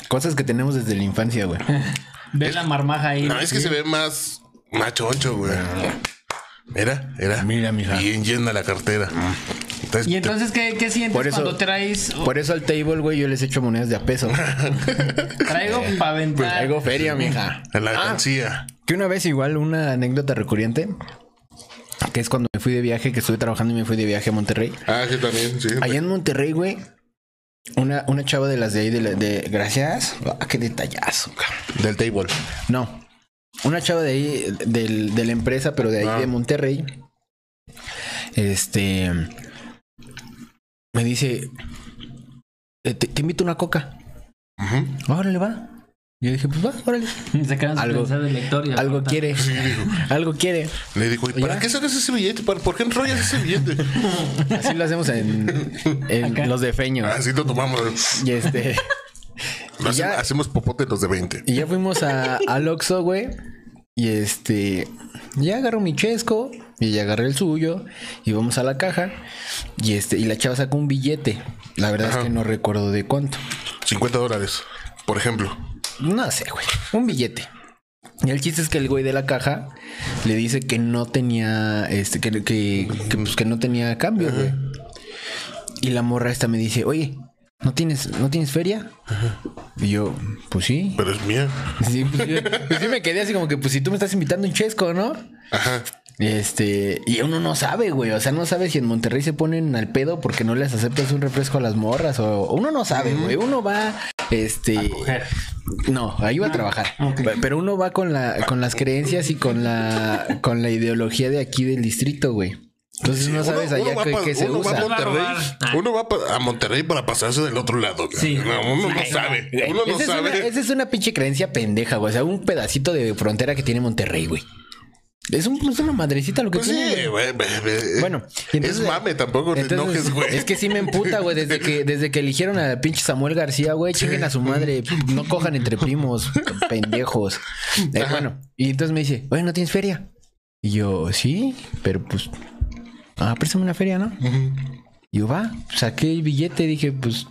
Cosas que tenemos desde la infancia, güey.
Ve la marmaja ahí.
No, es que se ve más macho choncho, güey. Mira, mira.
Mira, Ah. mija.
Bien llena la cartera. Entonces,
Y entonces qué, qué sientes
Por eso-
cuando traes
Por eso al table, güey, yo les echo monedas de a peso.
traigo para aventar.
eh, pues Traigo feria, mija.
te- en la alcancía.
Que una vez igual una anécdota recurrente, que es cuando me fui de viaje, que estuve trabajando y me fui de viaje a Monterrey.
Ah, sí, también, sí.
Allá en Monterrey, güey, una, una chava de las de ahí, de, la- de- gracias. Ah, qué detallazo, cabrón.
Del table.
No. Una chava de ahí, del- de la empresa, pero de ahí
Ah.
de Monterrey. Este. Me dice. eh, Te, te invito una coca.
Ujú.
Órale, va. Yo dije, pues va, órale.
se quedan
Algo-
algo, de lector y
Algo
aparte-
quiere. Algo quiere.
Le dijo, ¿y para
Ya.
qué sacas ese billete? ¿Para- ¿Por qué enrollas ese billete?
Así lo hacemos en, en los de Feño.
Así lo tomamos.
Y este.
Lo hacemos,
Ya.
hacemos popote los de 20.
Y ya fuimos a, al Oxxo, güey. Y este. Ya agarró mi chesco. Y ya agarré el suyo. Y vamos a la caja. Y este. Y la chava sacó un billete. La verdad es
Ajá.
que no recuerdo de cuánto.
50 dólares, por ejemplo.
No sé, güey. Un billete. Y el chiste es que el güey de la caja le dice que no tenía. Este, que, que, que, pues, que no tenía cambio, güey. Y la morra esta me dice, oye, ¿no tienes, ¿no tienes feria? Y yo, pues sí.
Pero es mía.
Sí, pues, yo, pues, sí me quedé así como que, pues si tú me estás invitando un chesco, ¿no?
Ajá.
Este, y uno no sabe, güey. O sea, no sabe si en Monterrey se ponen al pedo porque no les aceptas un refresco a las morras. O uno no sabe, güey. Uno va, este. No, ahí va a trabajar. Pe- Pero uno va con la, con las creencias y con la, con la ideología de aquí del distrito, güey. Entonces no
Uno-
sabes
uno
allá
va
qué,
pa-
qué se
uno Va a Ah.
usa.
Monterrey,
robar.
uno va pa- a Monterrey para pasarse del otro lado.
Sí.
No, uno no
Sí.
sabe.
Güey,
Uno no
esa, es una,
sabe.
esa es una pinche creencia pendeja, güey. O sea, un pedacito de frontera que tiene Monterrey, güey. Es, un- es una madrecita lo que
Pues
tiene.
sí,
güey.
güey, güey, güey.
Bueno, y entonces-
es mame, tampoco te
Entonces,
enojes, güey.
Es que sí me emputa, güey. Desde que, desde que eligieron a pinche Samuel García, güey, chinguen a su madre. No cojan entre primos, pendejos. Eh, bueno, y entonces me dice, oye, ¿no tienes feria? Y yo, sí, pero pues, ah, préstame una feria, ¿no? Y yo, va, saqué el billete, dije, pues,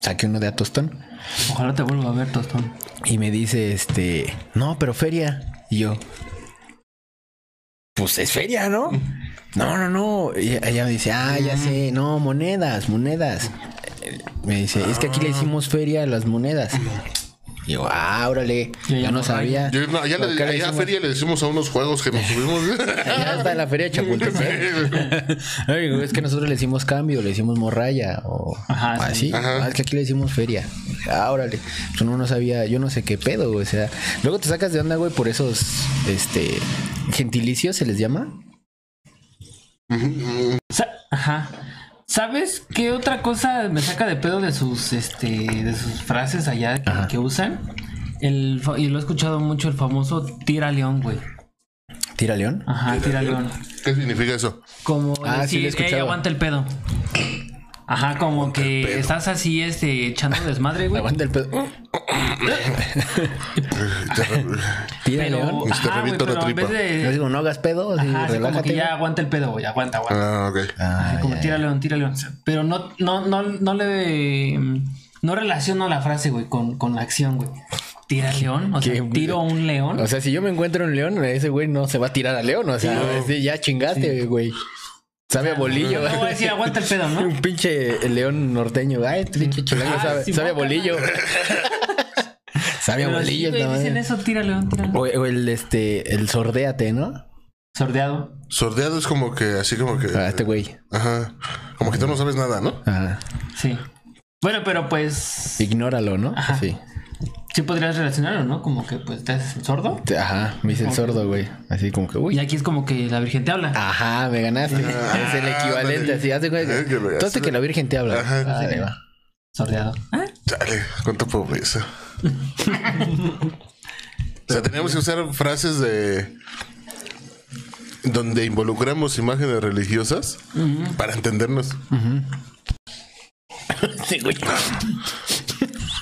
saqué uno de a tostón.
Ojalá te vuelva a ver, Tostón.
Y me dice, este, no, pero feria. Y yo, pues es feria, ¿no? No, no, no. Y ella me dice, ah, ya sé, no, monedas, monedas. Me dice, es que aquí le hicimos feria a las monedas. Y yo, ah, órale,
Y ella
yo no
por
sabía.
Yo, no, ya le,
Acá le
allá a
hicimos-
Feria le decimos a unos juegos que nos subimos.
Allá está la feria de Chapultepec. Ay, güey, es que nosotros le hicimos cambio, le hicimos morraya o
Ajá,
o
sí.
así.
Ajá.
Ah, es que aquí le hicimos feria. Ah, órale. Pues uno no sabía, yo no sé qué pedo, güey, O sea, luego te sacas de onda, güey, por esos, este, gentilicios se les llama.
Sa- Ajá. ¿Sabes qué otra cosa me saca de pedo de sus este de sus frases allá que,
Ajá.
que usan? El fa- y lo he escuchado mucho el famoso tira león, güey.
Tira león.
Ajá, tira león.
¿Qué significa eso?
Como
Ah, sí, lo he
decir, "Ey,
escuchado".
aguanta el pedo. Ajá, como que estás así este echando desmadre, güey.
Aguanta el pedo. Tira león.
Pero,
Este
ajá, güey,
revito la
pero en
tripa.
vez de
Yo digo, no hagas pedo, sí,
Ajá, así como
relájate.
que ya
güey.
aguanta el pedo, güey, aguanta, aguanta.
Ah, ok.
Ah,
Así como
ya,
tira león, tira león. Pero no, no, no, no le. No relaciono la frase, güey, con, con la acción, güey. Tira león, o sea,
qué-
tiro un león.
ya. O sea, si yo me encuentro un león, ese güey no se va a tirar a león. O sea, sí, ya chingaste, güey. Sabe a bolillo.
no voy a decir, aguanta el pedo, ¿no?
Un pinche león norteño. Ay, este pinche chilango
Ah,
sabe,
sí,
sabe a
guácala.
bolillo. sabe a
Pero sí,
bolillo.
güey,
no
dicen
mames.
eso, tira león, tira león.
o, o el este, el sordéate, ¿no?
Sordeado.
Sordeado es como que, así como que.
Ah, este güey.
Ajá. Como que tú no sabes nada, ¿no?
Ajá.
Sí. Bueno, pero pues.
Ignóralo, ¿no?
Ajá.
Sí.
Sí podrías relacionarlo, ¿no? Como que pues te haces el sordo.
Te- Ajá, me hice el sordo, güey. Así como que,
Y
uy.
aquí es como que la virgen te habla.
Ajá, me ganaste.
Ah,
es el equivalente.
ándale.
Así, haz de cuenta.
Eh, que me-
Tú haces que la Virgen te habla.
Ajá.
Vale, va.
Sordeado. Ah,
Chale, cuánta pobreza. o sea, teníamos que usar frases de. donde involucramos imágenes religiosas para entendernos.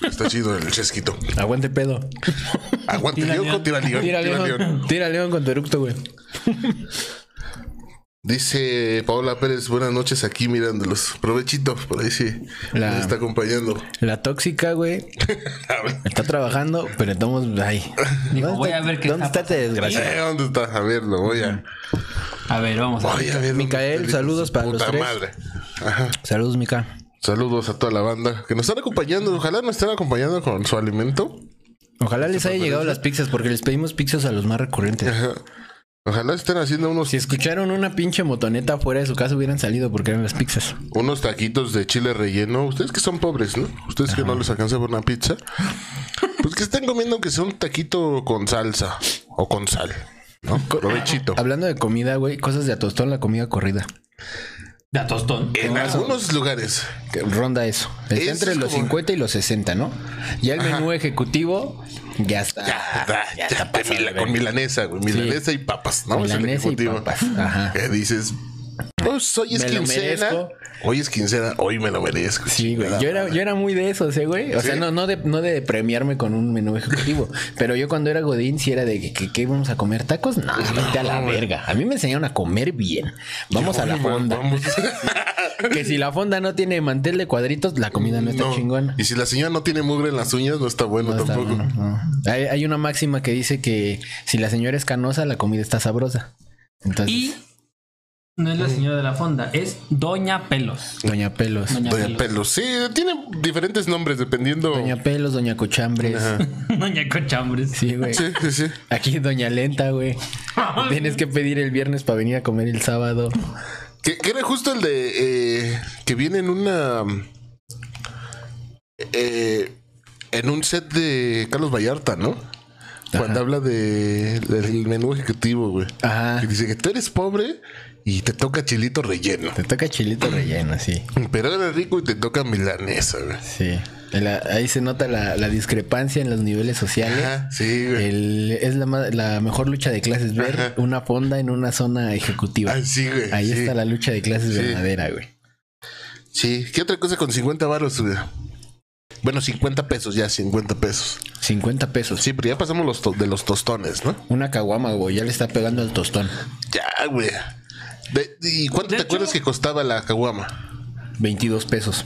Está chido el chesquito.
Aguante el pedo.
Aguante
Tira
león,
león.
tira león.
Tira
tira león.
león. Tira león con tu eructo, güey.
Dice Paola Pérez, buenas noches aquí mirándolos. Provechito, por ahí sí.
La-
Nos está acompañando.
La tóxica, güey, está trabajando, pero estamos ahí.
Dijo, voy a ver qué
¿Dónde
está
está este desgraciado?
Eh, ¿Dónde está? A ver, lo voy a.
A ver, vamos a ver.
Voy a ver. dónde
Micael,
está el hijo
saludos
de su
para los
puta
tres.
madre. Ajá.
Saludos, Mica.
Saludos a toda la banda que nos están acompañando. Ojalá nos estén acompañando con su alimento.
Ojalá les haya llegado las pizzas porque les pedimos pizzas a los más recurrentes.
Ajá. Ojalá estén haciendo unos,
Si escucharon una pinche motoneta fuera de su casa hubieran salido porque eran las pizzas.
unos taquitos de chile relleno. Ustedes que son pobres, ¿no? Ustedes que no les alcanza por una pizza. Pues que estén comiendo aunque sea un taquito con salsa o con sal. ¿No? Provechito.
Hablando de comida, güey, cosas de atostón, la comida corrida.
De a tostón.
En algunos lugares.
Que Ronda eso. Está
Eso
entre
es
los
como-
50 y los 60, ¿no? Ya el menú ejecutivo ya está.
Ah, ya está
pasado
mila-
de ver.
con milanesa, güey. Milanesa y papas, ¿no? Es el
Milanesa y
ejecutivo.
papas, ajá.
Que dices, pues hoy es
Me lo
quincena.
merezco.
Hoy es quincena, hoy me lo merezco.
Sí, güey.
Chingada
Yo era, yo era muy de eso, ¿sí, güey? O sea,
¿Sí?
no, no, de, no de premiarme con un menú ejecutivo. pero yo cuando era Godín, sí era de que, que, que íbamos a comer tacos. No,
Pues
vete a la verga. A mí me enseñaron a comer bien. Vamos a la
Oye, man,
fonda.
vamos.
Que si la fonda no tiene mantel de cuadritos, la comida no está
No.
chingona.
Y si la señora no tiene mugre en las uñas, no está bueno
No está
tampoco.
bueno, no. Hay, hay una máxima que dice que si la señora es canosa, la comida está sabrosa. Entonces,
Y no es la señora de la fonda, es Doña Pelos.
Doña Pelos.
Doña,
Doña
Pelos.
Pelos. Sí, tiene diferentes nombres dependiendo.
Doña Pelos, Doña Cochambres.
Doña Cochambres.
Sí, güey.
Sí, sí, sí.
Aquí Doña Lenta, güey.
Ah,
Tienes que pedir el viernes para venir a comer el sábado.
Que, que era justo el de eh, que viene en una. eh, en un set de Carlos Vallarta, ¿no? Cuando habla de, del menú ejecutivo, güey.
Ajá.
Que dice que tú eres pobre y te toca chilito relleno.
Te toca chilito relleno, sí.
Pero eres rico y te toca milanesa, güey.
Sí. La- ahí se nota la, la discrepancia en los niveles sociales.
Ajá, sí, güey.
El- es la, ma- la mejor lucha de clases ver
Ajá.
una fonda en una zona ejecutiva.
Ah, sí, güey.
Ahí
sí.
está la lucha de clases
Sí.
verdadera, güey.
Sí, ¿qué otra cosa con 50 baros, güey? Bueno, 50 pesos ya, 50 pesos.
50 pesos.
Sí, pero ya pasamos los to- de los tostones, ¿no?
Una caguama, güey, ya le está pegando al tostón.
Ya, güey. De- ¿Y cuánto te acuerdas que costaba la caguama?
22 pesos.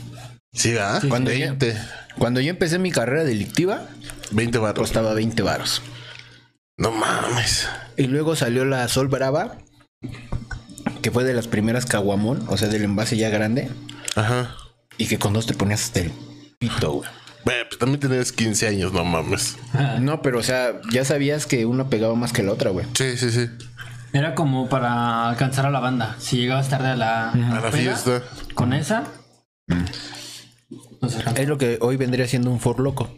Sí, ¿ah?
¿Cuándo
20,
Cuando yo empecé mi carrera delictiva,
20 baros.
costaba 20 varos.
No mames.
Y luego salió la Sol Brava, que fue de las primeras caguamón, o sea, del envase ya grande,
Ajá.
y que con dos te ponías hasta el pito, güey.
Bueno, pues también tenías 15 años, no mames.
No, pero o sea, ya sabías que una pegaba más que la otra, güey.
Sí, sí, sí.
Era como para alcanzar a la banda. Si llegabas tarde a la,
A la
peda,
fiesta.
Con esa.
Mm.
Nos alcanzaba.
Es lo que hoy vendría siendo un for loco,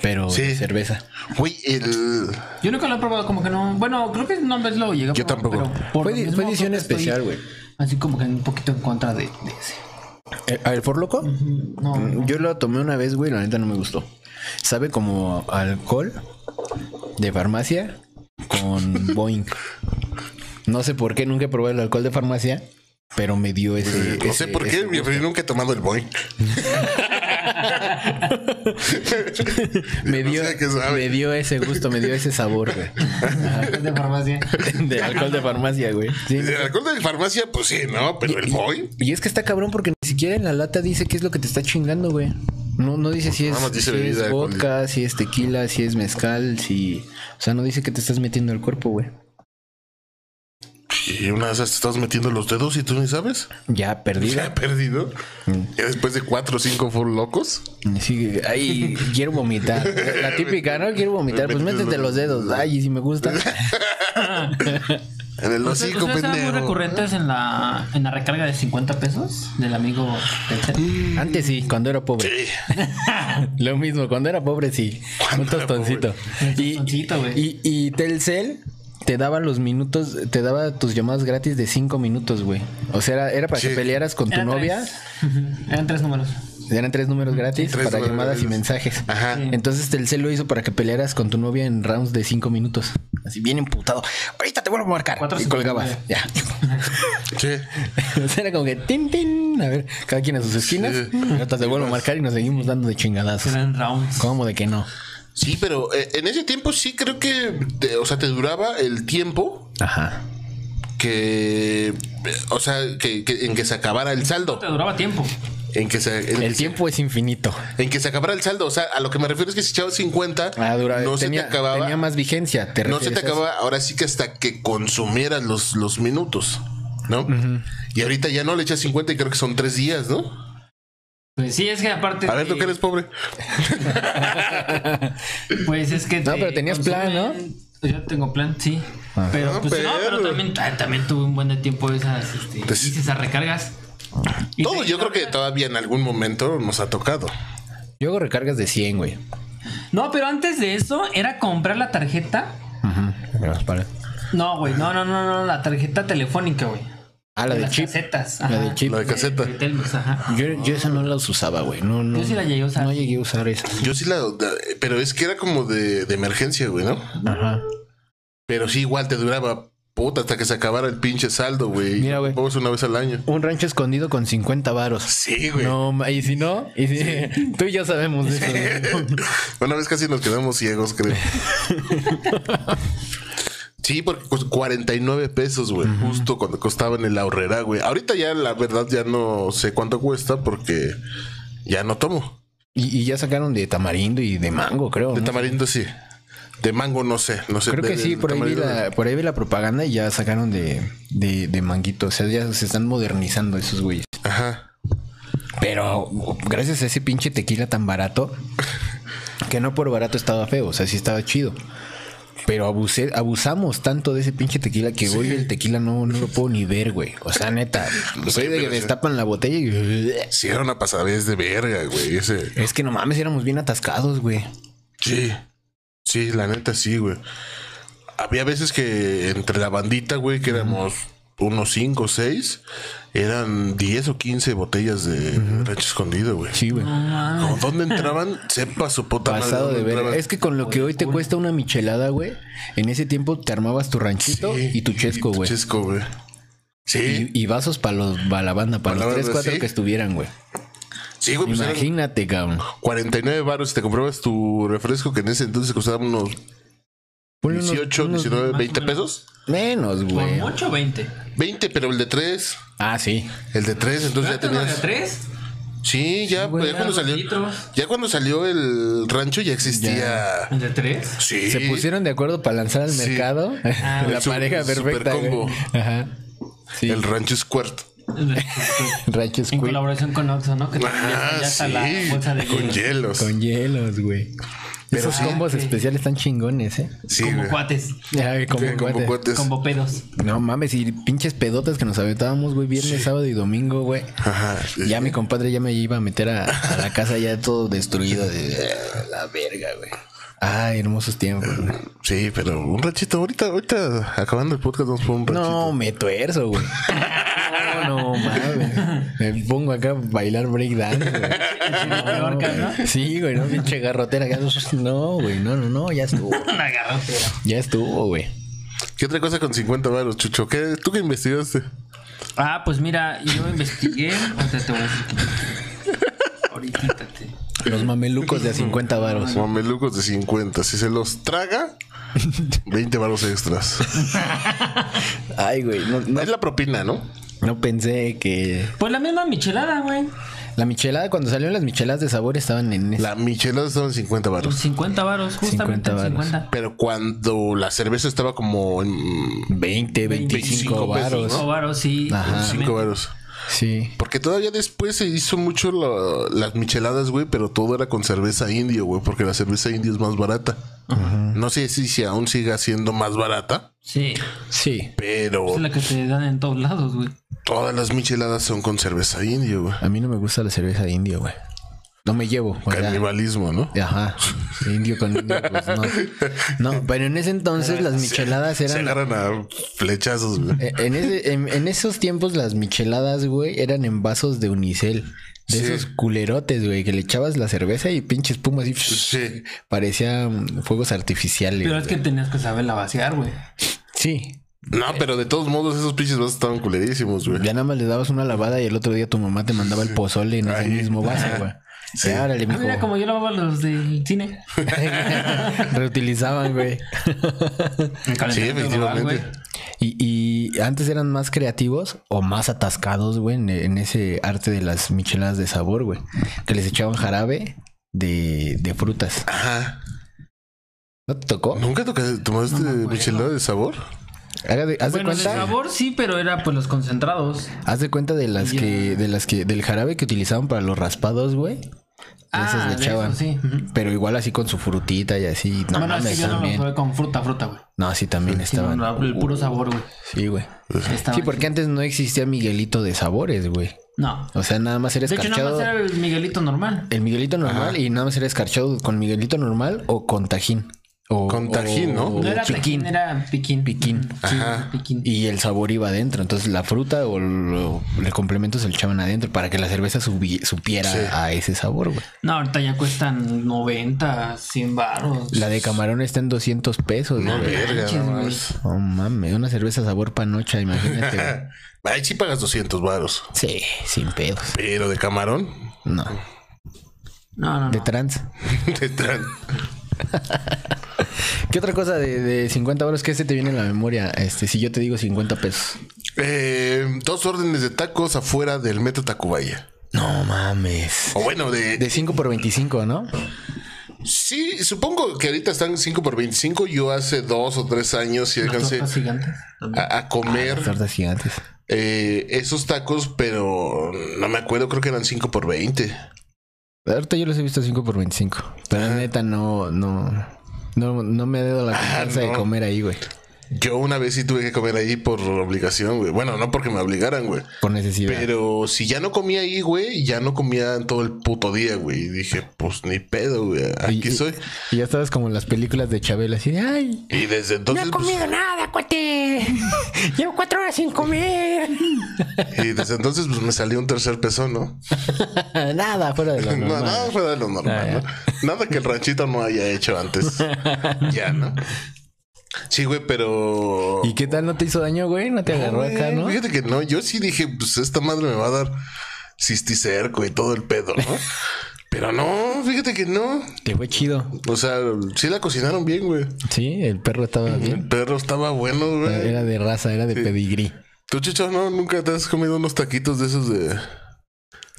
pero de
Sí.
cerveza.
Güey, el.
Yo nunca lo he probado, como que no. Bueno, creo que no vez lo llegué a
Yo
probar,
tampoco.
pero por
Fue,
lo
di-
mismo
fue edición
creo que estoy
especial, güey.
Así como que un poquito en contra de, de ese.
¿El, el for loco?
No,
Mm, Yo lo tomé una vez, güey, la neta no me gustó. Sabe como alcohol de farmacia con Boeing. No sé por qué nunca he probado el alcohol de farmacia, pero me dio ese.
Pues, No sé
ese-
por
ese
qué, mi
gusto.
refri nunca he tomado el boing.
me
no
dio,
sé a qué sabe.
me dio ese gusto, me dio ese sabor, güey.
es de farmacia.
De alcohol de farmacia, güey. Sí.
El alcohol de farmacia, pues sí, ¿no? Pero el boing.
Y es que está cabrón porque ni siquiera en la lata dice qué es lo que te está chingando, güey. No, no dice si es,
Nada más dice
si es
bebida
vodka, si es tequila, si es mezcal, si... O sea, no dice que te estás metiendo al cuerpo, güey.
Y una de esas te estás metiendo los dedos y tú ni sabes. Mm.
Ya
Ya
perdida.
he perdido. Ya después de cuatro o cinco full locos.
Sí, ay, quiero vomitar. La típica, ¿no? Quiero vomitar. Pues
Métete
métete
los-
los dedos. Ay, si me gusta.
En el
Pues
¿Ustedes
hocico,
ustedes eran muy
pendejo.
recurrentes en la, en la recarga de 50 pesos del amigo del set?
Antes sí, cuando era pobre.
Sí.
Lo mismo, cuando era pobre sí.
Cuando
Un
era
tostoncito. Y,
Tostoncito, güey.
y, y Telcel te daba los minutos, te daba tus llamadas gratis de cinco minutos, güey. O sea, era, era para
Sí.
que pelearas con tu
Eran
novia.
tres. Ujú, Eran tres números.
Eran tres números gratis
Tres
para
números
llamadas y
gratis.
mensajes.
Ajá.
Entonces Telcel lo hizo para que pelearas con tu novia en rounds de cinco minutos. Así bien emputado. Ahorita te vuelvo a marcar.
Cuatro,
y
cinco,
colgabas.
nueve.
Ya.
Sí.
O sea, era como que tin, tin. A ver, cada quien a sus esquinas.
Sí.
Ahorita te vuelvo a marcar y nos seguimos dando de chingadazos.
Eran rounds.
¿Cómo de que no?
Sí, pero eh, en ese tiempo sí creo que, te- o sea, te duraba el tiempo
Ajá.
que, eh, o sea, que, que- en que se acabara el saldo,
Te duraba tiempo.
en que se, en, que
El
se-
tiempo es infinito.
en que se acabara el saldo, o sea, a lo que me refiero es que si echabas 50,
Ah, dura-
no
tenía,
se te acababa,
tenía más vigencia. ¿te
no se te
refieres a eso?
acababa, ahora sí que hasta que consumieras los, los minutos, ¿no? Y ahorita ya no le echas 50 y creo que son tres días, ¿no?
Pues sí, es que aparte.
A ver, tú
te-
que eres pobre.
Pues es que.
No,
te
pero tenías plan, ¿no?
Pues Yo tengo plan, sí. Pero,
Ah,
pues, no,
perro.
pero también, ah, también tuve un buen de tiempo esas, este,
Pues-
hice esas recargas. Y
Todo,
te-
yo creo que todavía en algún momento nos ha tocado.
Yo hago recargas de 100, güey.
No, pero antes de eso era comprar la tarjeta.
Para-
No, güey, no, no, no, no, la tarjeta telefónica, güey.
Ah, la de
las
chip.
casetas.
La
ajá.
de chip.
La de caseta.
De Telmex, ajá.
Yo, yo esa no la usaba, güey. No, no.
Yo sí la llegué a usar.
No llegué a usar esa.
Yo sí la, la- pero es que era como de, de emergencia, güey, ¿no?
Ajá.
Pero sí, igual te duraba puta hasta que se acabara el pinche saldo, güey.
Mira, güey.
Vamos una vez al año.
Un rancho escondido con 50 varos.
Sí, güey.
No, ma- y si no, y si, tú y yo sabemos de eso. güey.
Una vez casi nos quedamos ciegos, creo. sí, porque costó 49 pesos, güey. Justo cuando costaba en el ahorrera, güey. Ahorita ya, la verdad, ya no sé cuánto cuesta porque ya no tomo.
Y, y ya sacaron de tamarindo y de mango, creo.
De
¿no?
tamarindo sí. De mango no sé, no sé.
Creo
De-
que sí,
de
por ahí, vi
tamarindo,
la, por ahí vi la propaganda y ya sacaron de, de, de manguito. O sea, ya se están modernizando esos güeyes.
Ajá.
Pero gracias a ese pinche tequila tan barato, que no por barato estaba feo, o sea, sí estaba chido. Pero abusé, abusamos tanto de ese pinche tequila que hoy el tequila no, no lo puedo ni ver, güey. O sea, neta, soy de que
pero sí.
destapan la botella y...
Sí, era una pasadez de verga, güey. Ese.
Es que no mames, éramos bien atascados, güey.
Sí, sí, la neta sí, güey. Había veces que entre la bandita, güey, que éramos unos 5 o 6, eran 10 o 15 botellas de rancho escondido, güey.
Sí, güey.
¿Con ¿Dónde entraban? Sepa su puta madre
Ah. Pasado
dónde
de ver.
entraban.
Es que con lo que hoy te cuesta una michelada, güey, en ese tiempo te armabas tu ranchito
Sí,
y tu chesco,
tu
güey.
chesco, güey. Sí,
Y, y vasos para los para la banda, para
Pa' la
los tres,
banda,
cuatro
sí.
que estuvieran, güey.
sí, güey, pues eran
Imagínate, cabrón.
49 baros. Te comprabas tu refresco que en ese entonces costaba unos
Ponle unos-
18,
unos
19, 20 pesos.
Menos, güey.
¿Con 8 o 20?
20, pero el de 3.
Ah, sí.
El de 3, entonces Pues ya tenías.
3?
Sí, ya,
güey,
ya cuando
eran
salió.
litros.
Ya cuando salió el rancho ya existía.
¿El de 3?
Sí.
Se pusieron de acuerdo para lanzar al
Sí. Ah,
mercado
güey.
la
Su-
pareja
super
perfecta. güey.
combo.
Ajá. Sí.
El rancho Squirt.
Rancho
En
Squid
colaboración con Oxxo, ¿no? Que también ya
Ah,
está- ya está
sí.
la bolsa de
Con
hielo.
hielos.
con hielos, güey. Esos
sí.
combos especiales están chingones, ¿eh?
Sí,
Como
güey.
cuates,
Ay, como
Sí, como
cuate.
cuates.
como pedos.
No mames, y pinches pedotas que nos aventábamos, güey, viernes, sábado y domingo, güey.
Ajá. sí.
Ya mi compadre ya me iba a meter a, a la casa ya todo destruido. de- la verga, güey. Ay, hermosos tiempos, güey.
Sí, pero un ranchito. Ahorita, ahorita, acabando el podcast, vamos por un ranchito.
No, me tuerzo, güey. No, no mames. Me pongo acá a bailar breakdance, güey.
Te ahorcas, ¿no?
Sí, güey, no pinche garrotera. acá. No, güey, no, no, no, ya estuvo.
Una garrotera.
Ya estuvo, güey.
¿Qué otra cosa con 50 baros, Chucho? ¿Qué, ¿Tú qué investigaste?
Ah, pues mira, yo investigué. Ahorita te voy a decir. Ahorita te.
Los mamelucos de a 50 varos.
Mamelucos de 50. Si se los traga, 20 baros extras.
Ay, güey, no, no,
Es la propina, ¿no?
no pensé que...
Pues la misma michelada, güey.
La michelada, cuando salieron las micheladas de sabor estaban en... ese-
La michelada estaba en 50
Pues
baros.
50 varos, justamente
50 varos.
50.
Pero cuando la cerveza estaba como en
20, 25
25 pesos,
varos.
5 varos, sí.
Pues, Ajá.
5 baros.
Sí.
Porque todavía después se hizo mucho la- las micheladas, güey, pero todo era con cerveza indio, güey, porque la cerveza indio es más barata. No sé si, si aún siga siendo más barata,
Sí.
Sí.
pero
Es la que te dan en todos lados, güey.
todas las micheladas son con cerveza indio, güey.
A mí no me gusta la cerveza de indio, güey. No me llevo. o sea,
Canibalismo, ¿no?
Ajá, indio con indio, pues no. No, pero en ese entonces las micheladas
Se
eran
agarran a flechazos, güey.
Eh, En, ese- en, en esos tiempos las micheladas, güey, eran en vasos de unicel. De
Sí.
esos culerotes, güey, que le echabas la cerveza y pinche espuma así.
Sí.
Parecía mm, fuegos artificiales.
Pero es que
güey.
tenías que saberla vaciar, güey.
Sí.
No, pero de todos modos, esos pinches vasos estaban culerísimos, güey.
eh. Ya nada más le dabas una lavada y el otro día tu mamá te mandaba el pozole en ese
Ahí.
mismo vaso, güey.
Sí.
Y árale,
Ah,
mijo.
mira, como yo lavaba los del cine.
Reutilizaban, güey.
Me calentaba
Sí,
el global,
efectivamente.
güey.
Y, y antes eran más creativos o más atascados, güey, en, en ese arte de las micheladas de sabor, güey. Que les echaban jarabe de, de frutas.
Ajá.
¿No te tocó?
¿Nunca tocaste, tomaste michelada de sabor?
Haga de- haz,
Bueno,
de
de
cuenta,
sabor sí, pero era pues los concentrados.
haz de cuenta de las que, de las que, del jarabe que utilizaban para los raspados, güey. de
Ah,
Esas le
de
echaban.
esos, sí. Ujú.
Pero igual así con su frutita y así. No,
bueno,
mames,
es que yo no lo
también.
probé con fruta, fruta, güey.
No, así también
Sí, no,
estaban.
no, el puro sabor, güey.
Sí, güey.
Estaba
Sí, porque antes no existía Miguelito de sabores, güey.
No.
O sea, nada más era
De hecho, nada
escarchado.
más era el Miguelito normal.
El Miguelito normal y nada más era escarchado con Miguelito normal o con tajín. O,
Con tajín, ¿no?
o
No era
piquín.
piquín, era piquín.
Piquín.
Ujú, Sí, piquín.
Y el sabor iba adentro. Entonces la fruta o lo- el complemento se le echaban adentro para que la cerveza subi- supiera a ese sabor, güey.
No, ahorita ya cuestan 90, 100 baros.
La de camarón está en 200 pesos,
No,
güey.
verga,
manches,
no
güey.
más.
No mames, una cerveza sabor panocha, imagínate. güey.
Ahí sí pagas 200 baros.
sí, sin pedos.
Pero de camarón,
No,
No, no, no.
de trans.
te traen.
¿Qué otra cosa de, de 50 euros que este te viene en la memoria? Este, si yo te digo 50 pesos.
Eh, dos órdenes de tacos afuera del Metro Tacubaya.
No mames.
O bueno, de,
De 5 por 25, ¿no?
Sí, supongo que ahorita están 5 por 25. Yo hace dos o tres años sí Ah,
Las
alcancé
tortas gigantes.
a, a comer
Tortas gigantes.
eh, esos tacos, pero no me acuerdo, creo que eran 5 por 20.
Ahorita yo los he visto 5 por 25.
Ah.
Pero la neta no, no, no, no me ha dado la confianza
no.
de comer ahí, güey.
Yo una vez sí tuve que comer ahí por obligación, güey. Bueno, no porque me obligaran, güey.
Por necesidad.
Pero si ya no comía ahí, güey, ya no comía en todo el puto día, güey. Y dije, pues ni pedo, güey. Aquí
Y-
soy.
Y ya estabas como en las películas de Chabela, así de, ay,
Y desde entonces. pues,
nada, cuate. Llevo cuatro horas sin comer.
y desde entonces, pues me salió un tercer peso, ¿no?
nada, fuera de lo
No,
normal. Ah,
nada fuera de lo normal, ¿no? Nada que el ranchito no haya hecho antes. ya, ¿no? Sí, güey, pero.
¿Y qué tal? ¿No te hizo daño, güey? ¿No te agarró
Güey,
acá, no?
Fíjate que no, yo sí dije, pues esta madre me va a dar cisticerco y todo el pedo, ¿no? Pero no, fíjate que no.
Te fue chido.
O sea, sí la cocinaron bien, güey.
Ah, Sí, el perro estaba
El
bien.
perro estaba bueno, güey.
Era de raza, era de pedigrí.
Tú, Chicho, no, nunca te has comido unos taquitos de esos de.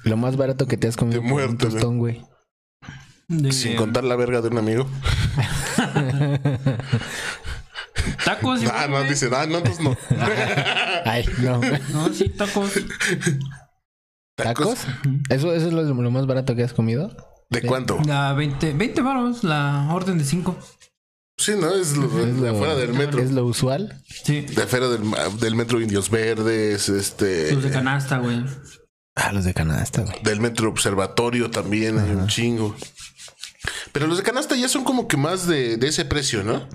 Lo más barato que te has comido
De
por un
muerte, güey.
tostón, güey.
De-
Sin contar la verga de un amigo.
Tacos.
ah, no,
igual, Pues güey.
dice, ah, no, entonces no.
Ay, no.
No, sí, tacos.
¿Tacos? ¿Eso, eso es lo, lo más barato que has comido?
¿De cuánto?
La 20, 20 varos, la orden de 5.
Sí, no, es lo,
Es
de
lo-
afuera del metro.
¿Es lo usual?
Sí.
De afuera del, del metro Indios Verdes, este.
Eh,
Los de canasta, güey.
Ah, los de canasta, güey.
Del metro observatorio también hay un chingo. Pero los de canasta ya son como que más de, de ese precio, ¿no?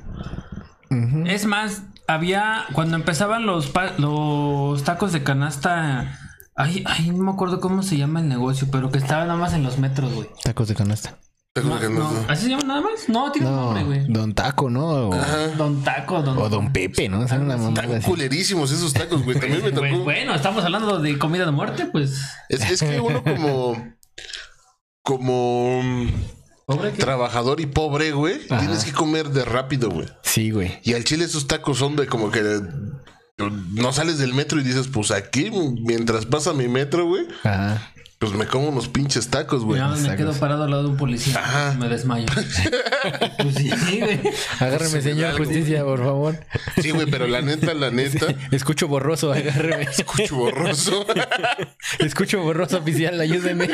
Es más, había. Cuando empezaban los, pa- los tacos de canasta. Ay, ay, no me acuerdo cómo se llama el negocio, pero que estaba nada más en los metros, güey.
Tacos de canasta.
Tacos de
No,
canasta.
¿Así se llama nada más? No, tiene un
No,
nombre, güey.
Don Taco, ¿no? O,
Ah.
Don Taco, Don.
o Don Pepe, ¿no? O sea, una
Están
mamada así.
culerísimos esos tacos, güey. También me
Pues,
tocó.
bueno, estamos hablando de comida de muerte, pues.
Es, es que uno como. Como. mm,
Pobre que.
Trabajador y pobre, güey. Tienes que comer de rápido, güey.
Sí, güey.
Y al chile esos tacos son de como que no sales del metro y dices, pues aquí, mientras pasa mi metro, güey,
Ajá.
pues me como unos pinches tacos, güey.
Nada más me
tacos.
quedo parado al lado de un policía. y Me desmayo. pues sí, sí, güey.
Agárreme, señor justicia, por favor.
Sí, güey, pero la neta, la neta,
Escucho borroso, agárreme.
escucho borroso.
Escucho borroso oficial, ayúdeme.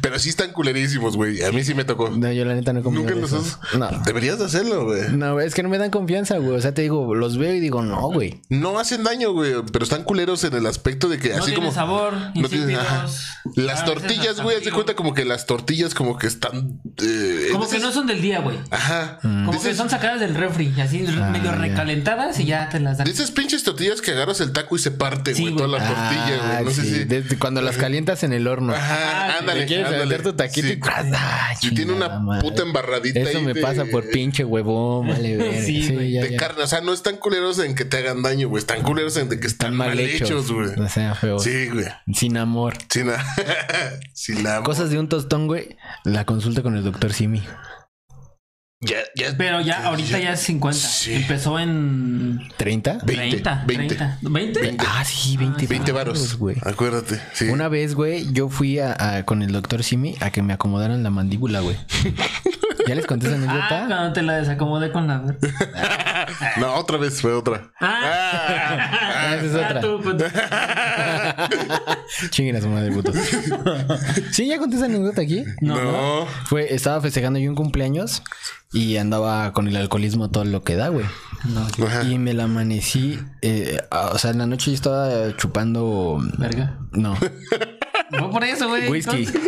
pero sí están culerísimos, güey. A mí sí me tocó.
No, yo la neta no he comido
Nunca
de
los
esos.
has.
No.
Deberías de hacerlo, güey.
No, güey, es que no me dan confianza, güey. O sea, te digo, los veo y digo, no, güey.
No hacen daño, güey, pero están culeros en el aspecto de que
No
así
tiene
como.
sabor, Ah,
no tienen-
insípidos.
ajá. Las
A veces
tortillas,
hasta
güey, haz de
frío.
cuenta como que las tortillas como que están. eh,
Como
en
que
esas-
no son del día, güey.
Ajá.
Mm.
Como
Dices-
que son sacadas del refri, así medio
Ah, ya.
recalentadas y ya te las dan.
De esas pinches tortillas que agarras el taco y se parte,
Sí,
güey,
güey.
toda la tortilla,
Ah,
güey. No sé
sí,
si.
desde cuando las calientas en el horno.
Ah,
Ajá, ándale.
Te quieres
ándale.
meter tu taquito
Sí.
y ¡Ah,
Si tiene
chingada
una
madre!
puta embarradita
Eso
ahí
me
de-
pasa por pinche huevón, vale, verga.
Sí,
Sí,
güey,
ya,
De
ya.
carne, o sea, no están culeros en que te hagan daño, güey. Están culeros en de que están
Están
mal hechos, güey.
O sea, feo.
Sí, güey.
Sin amor.
Sin la. Sin la.
Cosas de un tostón, güey. La consulta con el doctor Simi.
Ya, ya.
Pero ya, ahorita ya es 50.
Sí.
Empezó en
¿30?
20,
30,
20.
30. ¿20?
Ah, sí, 20.
20 varos.
güey.
Acuérdate. Sí.
Una vez, güey, yo fui a, a- con el doctor Simi a que me acomodaran la mandíbula, güey. ¿Ya les conté esa
Ah,
anécdota?
cuando te la desacomodé con la ver.
No, otra vez fue otra.
Ah,
esa es
Ah,
otra.
tú, pues,
Chinguen a su madre, putos. sí, ya conté esa anécdota aquí.
No.
Fue, estaba festejando yo un cumpleaños y andaba con el alcoholismo todo lo que da, güey.
Ajá.
Y me la amanecí, eh, a- o sea, en la noche yo estaba chupando...
Verga.
No,
Fue por eso, güey.
whisky.
Entonces,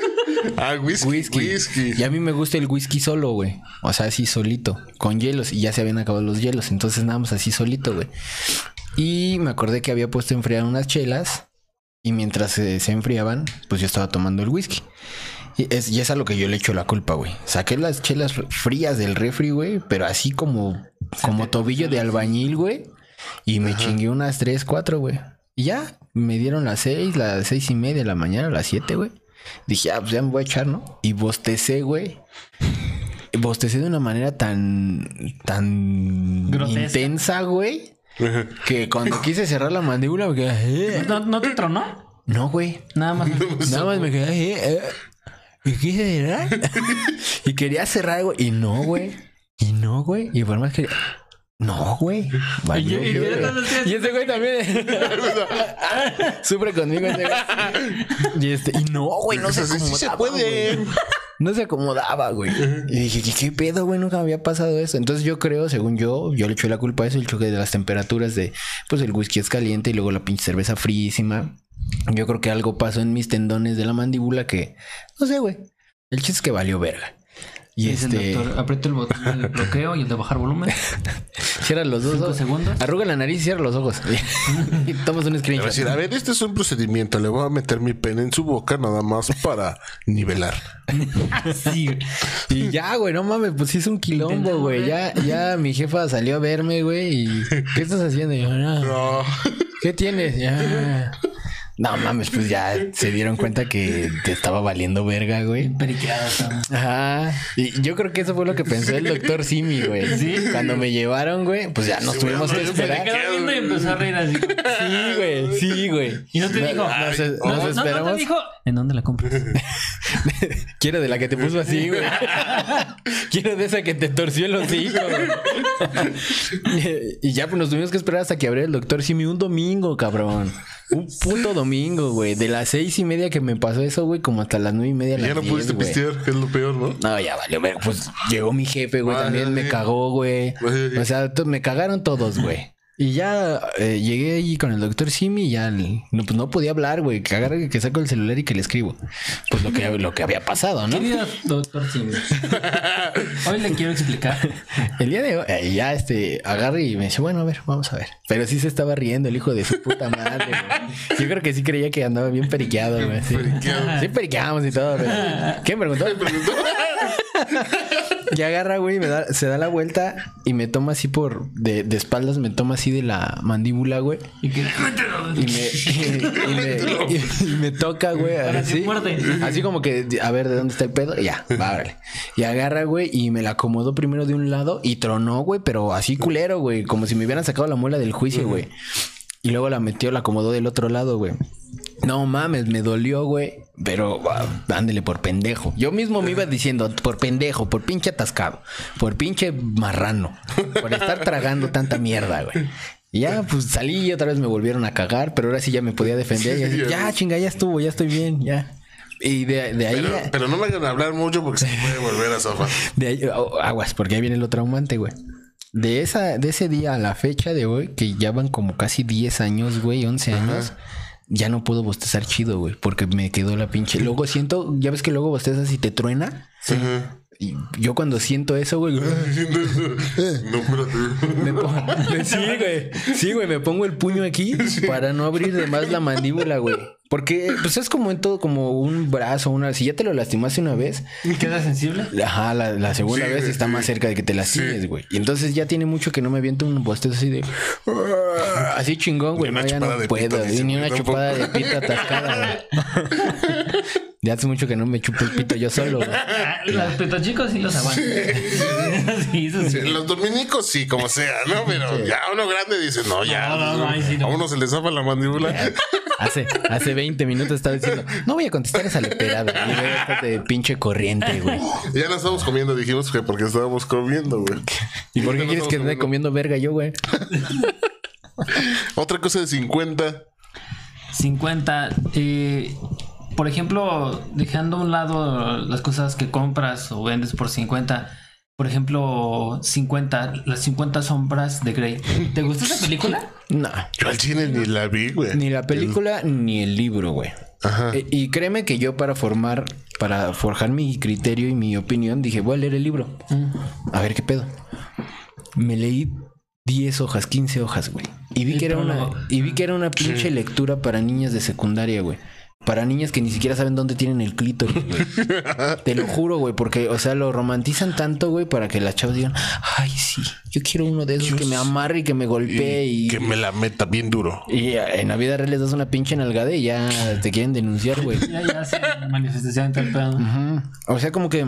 Ah, whisky. Whisky.
Whisky. Y a mí me gusta el whisky solo, güey. O sea, así solito, con hielos. Y ya se habían acabado los hielos. Entonces nada más así solito, güey. Y me acordé que había puesto a enfriar unas chelas. Y mientras eh, se enfriaban, pues yo estaba tomando el whisky. Y es, y es a lo que yo le echo la culpa, güey. Saqué las chelas frías del refri, güey. Pero así como, como tobillo de albañil, güey. Y me chingué unas tres, cuatro, güey. Y ya, me dieron las seis, las seis y media de la mañana, las siete, güey. Dije, ah, pues ya me voy a echar, ¿no? Y bostecé, güey. Bostecé de una manera tan. tan.
Grotesca.
intensa, güey.
Pues,
Que cuando quise cerrar la mandíbula, me quedé. "Eh".
¿No, no te tronó?
No, güey.
Nada más.
Nada más me quedé. "Eh, eh". Y quise cerrar. y quería cerrar, güey. Y no, güey. Y no, güey. Y por más que. No, güey. Valió,
Y- y-
verga. Y ese güey también. Sufre conmigo ese güey. Y este, y no, güey, no
O
sé
sea, pues, sí,
cómo
sí se puede.
no se acomodaba, güey. Y dije, ¿qué, qué pedo, güey? Nunca me había pasado eso. Entonces yo creo, según yo, yo le eché la culpa a eso, el choque de las temperaturas de, pues el whisky es caliente y luego la pinche cerveza fríísima. Yo creo que algo pasó en mis tendones de la mandíbula que, no sé, güey. El chiste es que valió verga. Y
Dice
este,
el doctor, aprieta el botón del bloqueo y el de bajar volumen.
cierra los dos
Cinco
ojos.
segundos.
Arruga la nariz y cierra los ojos. y tomas un
A
screenshot.
decir, a ver, este es un procedimiento. Le voy a meter mi pene en su boca nada más para nivelar.
Sí, güey.
Y ya, güey, no mames, pues sí es un quilombo,
Intentamos,
güey. Ya, ya mi jefa salió a verme, güey. Y, ¿Qué estás haciendo? Y yo, "Nada".
No.
¿Qué tienes? Ya. No mames, pues ya se dieron cuenta que te estaba valiendo verga, güey.
Periqueado, cabrón.
Ajá. Y yo creo que eso fue lo que pensó el doctor Simi, güey.
Sí.
Cuando me llevaron, güey, pues ya nos
Sí,
tuvimos que
güey,
Se le
esperar.
quedó viendo y empezó a reír así.
Sí, güey, sí, güey.
Y no te
No-
dijo.
Nos, nos
No, no, no,
esperamos.
te dijo. ¿En dónde la compras?
Quiero de la que te puso así, güey. Quiero de esa que te torció el hocico. güey. y ya pues, nos tuvimos que esperar hasta que abriera el doctor Simi un domingo, cabrón. Un puto domingo, güey. De las seis y media que me pasó eso, güey, como hasta las nueve y media.
Ya
las
no
diez,
pudiste
güey.
pistear, que es lo peor, ¿no?
No, ya valió, ver, pues llegó mi jefe, güey,
Ah,
también
sí.
me cagó, güey.
Sí, sí.
O sea, to- me cagaron todos, güey. Y ya eh, llegué ahí con el doctor Simi y ya el- no, pues no podía hablar, güey. Cagar que saco el celular y que le escribo. Pues lo que, lo que había pasado, ¿no?
Querido doctor Simi, hoy le quiero explicar.
El día de hoy, eh, ya este, agarra y me dice, bueno, a ver, vamos a ver. Pero sí se estaba riendo el hijo de su puta madre, güey. Yo creo que sí creía que andaba bien periqueado, güey. Sí,
Periqueado.
Sí periqueamos y todo, pero... ¿Qué me preguntó? Ya agarra, güey, y me da- se da la vuelta y me toma así por... De, de espaldas me toma así de la mandíbula, güey.
Y que,
Y me, y me- y- y me toca, güey.
sí
Así,
muerde.
así como que, a ver, ¿de dónde está el pedo? Y Ya, va, órale. Y agarra, güey, y me la acomodó primero de un lado y tronó, güey, pero así culero, güey. Como si me hubieran sacado la muela del juicio, güey. Y luego la metió, la acomodó del otro lado, güey. No mames, me dolió, güey. Pero ah, ándele por pendejo. Yo mismo me iba diciendo, por pendejo, por pinche atascado, por pinche marrano, por estar tragando tanta mierda, güey. Y ya, pues salí y otra vez me volvieron a cagar, pero ahora sí ya me podía defender. Y así,
ya
ya,
ves.
chinga, ya estuvo, ya estoy bien, ya. Y de, de ahí.
Pero, pero no me hagan hablar mucho porque se puede volver a zafar.
De ahí- oh, aguas, porque ahí viene lo traumante, güey. De, esa, de ese día a la fecha de hoy, que ya van como casi 10 años, güey, 11 años, ya no puedo bostezar chido, güey, porque me quedó la pinche. Luego siento, ya ves que luego bostezas y te truena.
Ajá.
Y yo cuando siento eso, güey,
No, espérate.
me pongo, sí, güey, sí, güey, me pongo el puño aquí para no abrir de más la mandíbula, güey. Porque, pues es como en todo, como un brazo, una. Si ya te lo lastimaste una vez,
¿Queda sensible?
Ajá, la, la segunda
Sí,
vez
güey,
está
sí.
más cerca de que te lastimes,
Sí.
güey. Y entonces ya tiene mucho que no me aviento un bostezo así de. Así chingón, güey.
Ni una
No, ya
chupada
no
de pito,
puedo.
dice,
y ni
güey,
una
tampoco.
chupada de pito atascada, güey. ya hace mucho que no me chupo el pito yo solo, güey.
Ah, Los petochicos sí los aguantan. Sí, eso sí.
Los dominicos sí, como sea, ¿no? Pero ya uno grande dice, no, ya.
No, no, no, ahí sí no.
A uno se le zafa la mandíbula.
Hace, hace 20 minutos estaba diciendo, no voy a contestar esa leperada. Y luego estás de pinche corriente, güey.
Ya no estábamos comiendo, dijimos que porque estábamos comiendo, güey.
¿Y por qué
No
quieres que
estamos
esté comiendo verga yo, güey?
Otra cosa de 50.
50. eh, por ejemplo, dejando a un lado las cosas que compras o vendes por 50. Por ejemplo, 50, las 50 sombras de Grey. ¿Te gustó esa película?
No.
Yo al cine ni la vi, güey.
Ni la película ni el libro, güey.
Ajá.
E- Y créeme que yo para formar, para forjar mi criterio y mi opinión, dije, voy a leer el libro. A ver qué pedo. Me leí 10 hojas, 15 hojas, güey. Y vi
El
que era una,
prólogo.
y vi que era una pinche lectura para niñas de secundaria, güey. Para niñas que ni siquiera saben dónde tienen el clítoris, güey. Te lo juro, güey, porque, o sea, lo romantizan tanto, güey, para que las chavas digan, ay, sí, yo quiero uno de esos que me amarre y que me golpee y,
Que me la meta bien duro.
y eh, en la vida real les das una pinche nalgada y ya te quieren denunciar, güey.
Ya, ya, sí, manifestación tal pedo.
Ujú. O sea, como que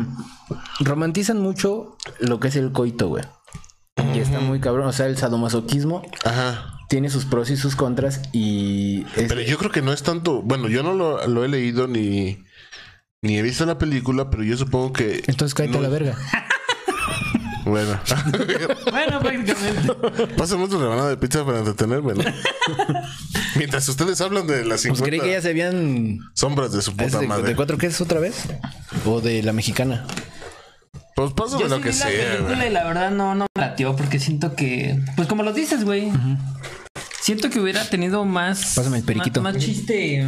romantizan mucho lo que es el coito, güey. Y está muy cabrón. O sea, el sadomasoquismo
Ajá.
tiene sus pros y sus contras. Y es-
Pero yo creo que no es tanto. Bueno, yo no lo, lo he leído ni. Ni he visto la película, pero yo supongo que.
entonces cállate
no-
a la verga.
Bueno.
Bueno, prácticamente.
Pásame otra rebanada de pizza para entretenerme. ¿no? Mientras ustedes hablan de las
Pues
50
creí que ya se habían.
sombras de su
¿Es
puta
de,
madre.
de cuatro quesos otra vez? ¿O de la mexicana?
Pues pásame
Yo
lo
sí
que
vi la
sea,
película
güey.
y la verdad no, no me latió porque siento que. Pues como lo dices, güey. Siento que hubiera tenido más.
Pásame el periquito.
Más, más chiste.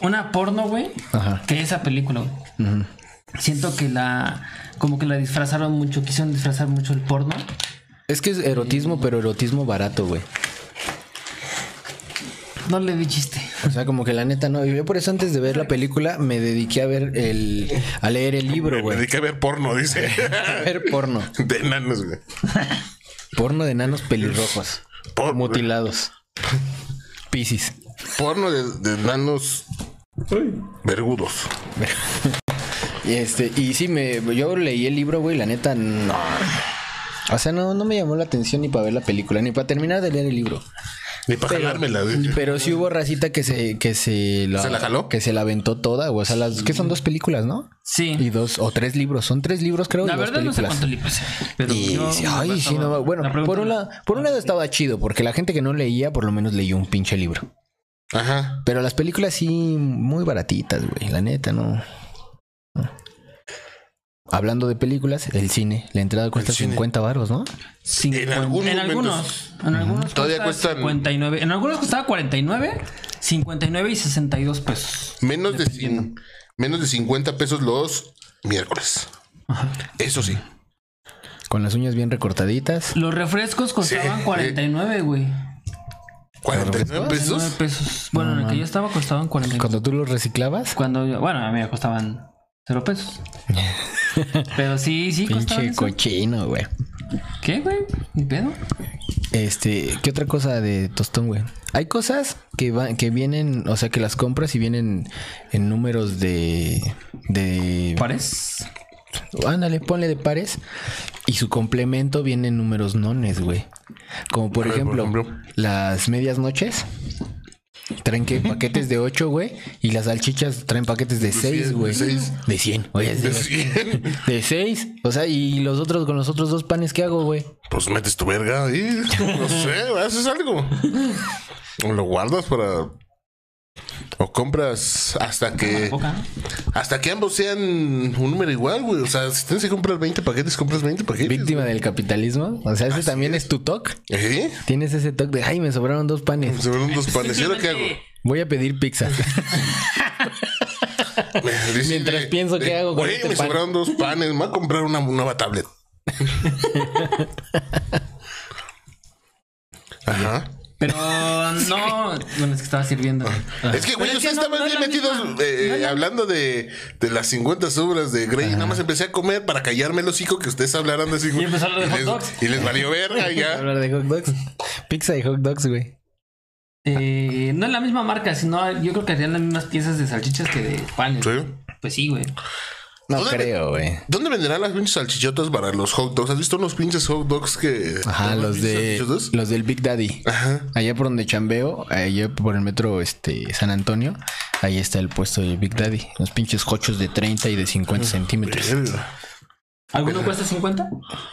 Una porno, güey.
Ajá.
Que esa película, güey.
Ujú.
Siento que la. Como que la disfrazaron mucho. Quisieron disfrazar mucho el porno.
Es que es erotismo, pero erotismo barato, güey.
No le vi chiste.
O sea, como que la neta no. Yo por eso antes de ver la película me dediqué a ver el. a leer el libro,
Me
güey.
dediqué a ver porno, dice.
A ver porno.
De enanos, güey.
Porno de enanos pelirrojos.
Por-
Mutilados. Piscis.
Porno de, de enanos vergudos.
Y este, y sí, me, yo leí el libro, güey, la neta, no. O sea, no, no me llamó la atención ni para ver la película, ni para terminar de leer el libro.
Ni para
Pero,
jalármela, güey.
pero sí hubo racita que se, que se la,
¿Se la jaló?
que se la aventó toda, güey. O sea, las que son dos películas, ¿no?
Sí.
Y dos, o tres libros, son tres libros, creo,
la
y dos
verdad no sé
películas.
cuánto le pasé. Pero
Y
yo
sí,
me
ay, sí,
pasaba-
no, bueno,
la pregunta
por, un
era-
la- por un lado estaba chido, porque la gente que no leía, por lo menos leyó un pinche libro.
Ajá.
Pero las películas sí, muy baratitas, güey. La neta, no. No. Hablando de películas, el cine, la entrada cuesta
cine.
50 varos, ¿no?
Cincu-
En algún
en
momento-
algunos. En algunos
Todavía
cuesta
cuestan-
59. En algunos costaba 49, 59 y 62 pesos.
Menos de, cin- menos de 50 pesos los miércoles. Eso sí.
Con las uñas bien recortaditas.
Los refrescos costaban
Sí.
49, güey.
49
49
pesos.
pesos. Bueno, en el que yo estaba costaban 49.
Cuando tú los reciclabas,
Cuando yo- bueno, a mí me costaban 0 pesos. Pero sí, sí costaban.
pinche
eso.
cochino, güey.
¿Qué, güey? ¿Ni pedo?
Este, ¿qué otra cosa de tostón, güey? Hay cosas que van, que vienen, o sea, que las compras y vienen en números de. de.
¿Pares?
Ándale, ponle de pares. Y su complemento viene en números nones, güey. Como por,
A ver, por
ejemplo,
ejemplo.
las medias noches. Traen que paquetes de 8, güey. Y las salchichas traen paquetes de 6,
cien,
güey.
de seis.
De 100, oye. es
De
De,
100.
de 6. O sea, y los otros con los otros dos panes, ¿qué hago, güey?
Pues metes tu verga ahí. No sé, haces algo. O lo guardas para. O compras hasta que.
Boca.
Hasta que ambos sean un número igual, güey. O sea, si tienes que comprar 20 paquetes, compras 20 paquetes.
Víctima del capitalismo. O sea, ese también es tu toc.
¿Eh?
Tienes ese toc de, ay, me sobraron dos panes.
Se ven dos panes. ¿Y ahora qué hago?
Voy a pedir pizza.
Me dice,
Mientras
eh,
pienso qué
eh,
hago con
güey,
este
me
pan.
sobraron dos panes. Me voy a comprar una nueva tablet. Ajá.
Pero no, bueno, es que estaba sirviendo.
Es que, güey,
Pero es
ustedes
que no-
estaban
no es
bien
la
metidos
misma-
eh,
no es la-
hablando de, de las 50 obras de Grey. Nada más empecé a comer para callarme el hocico que ustedes hablaran de 50.
Y empezó lo de hot
les-
dogs.
y les valió verga y ya.
Hablar de hot dogs. Pizza y hot dogs, güey.
Eh, no es la misma marca, sino yo creo que harían las mismas piezas de salchichas que de panes.
¿Sí?
Pues sí, güey.
No
Órale.
creo, güey.
¿Dónde venderán las pinches salchichotas para los hot dogs? ¿Has visto unos pinches hot dogs que.
Ajá,
unos
los
pinches
de
salchichotas?
los del Big Daddy.
Ajá.
Allá por donde chambeo, allá por el metro este San Antonio, ahí está el puesto del Big Daddy. Los pinches hochos de 30 y de 50 centímetros.
Ah, Verga.
¿Alguno cuesta 50?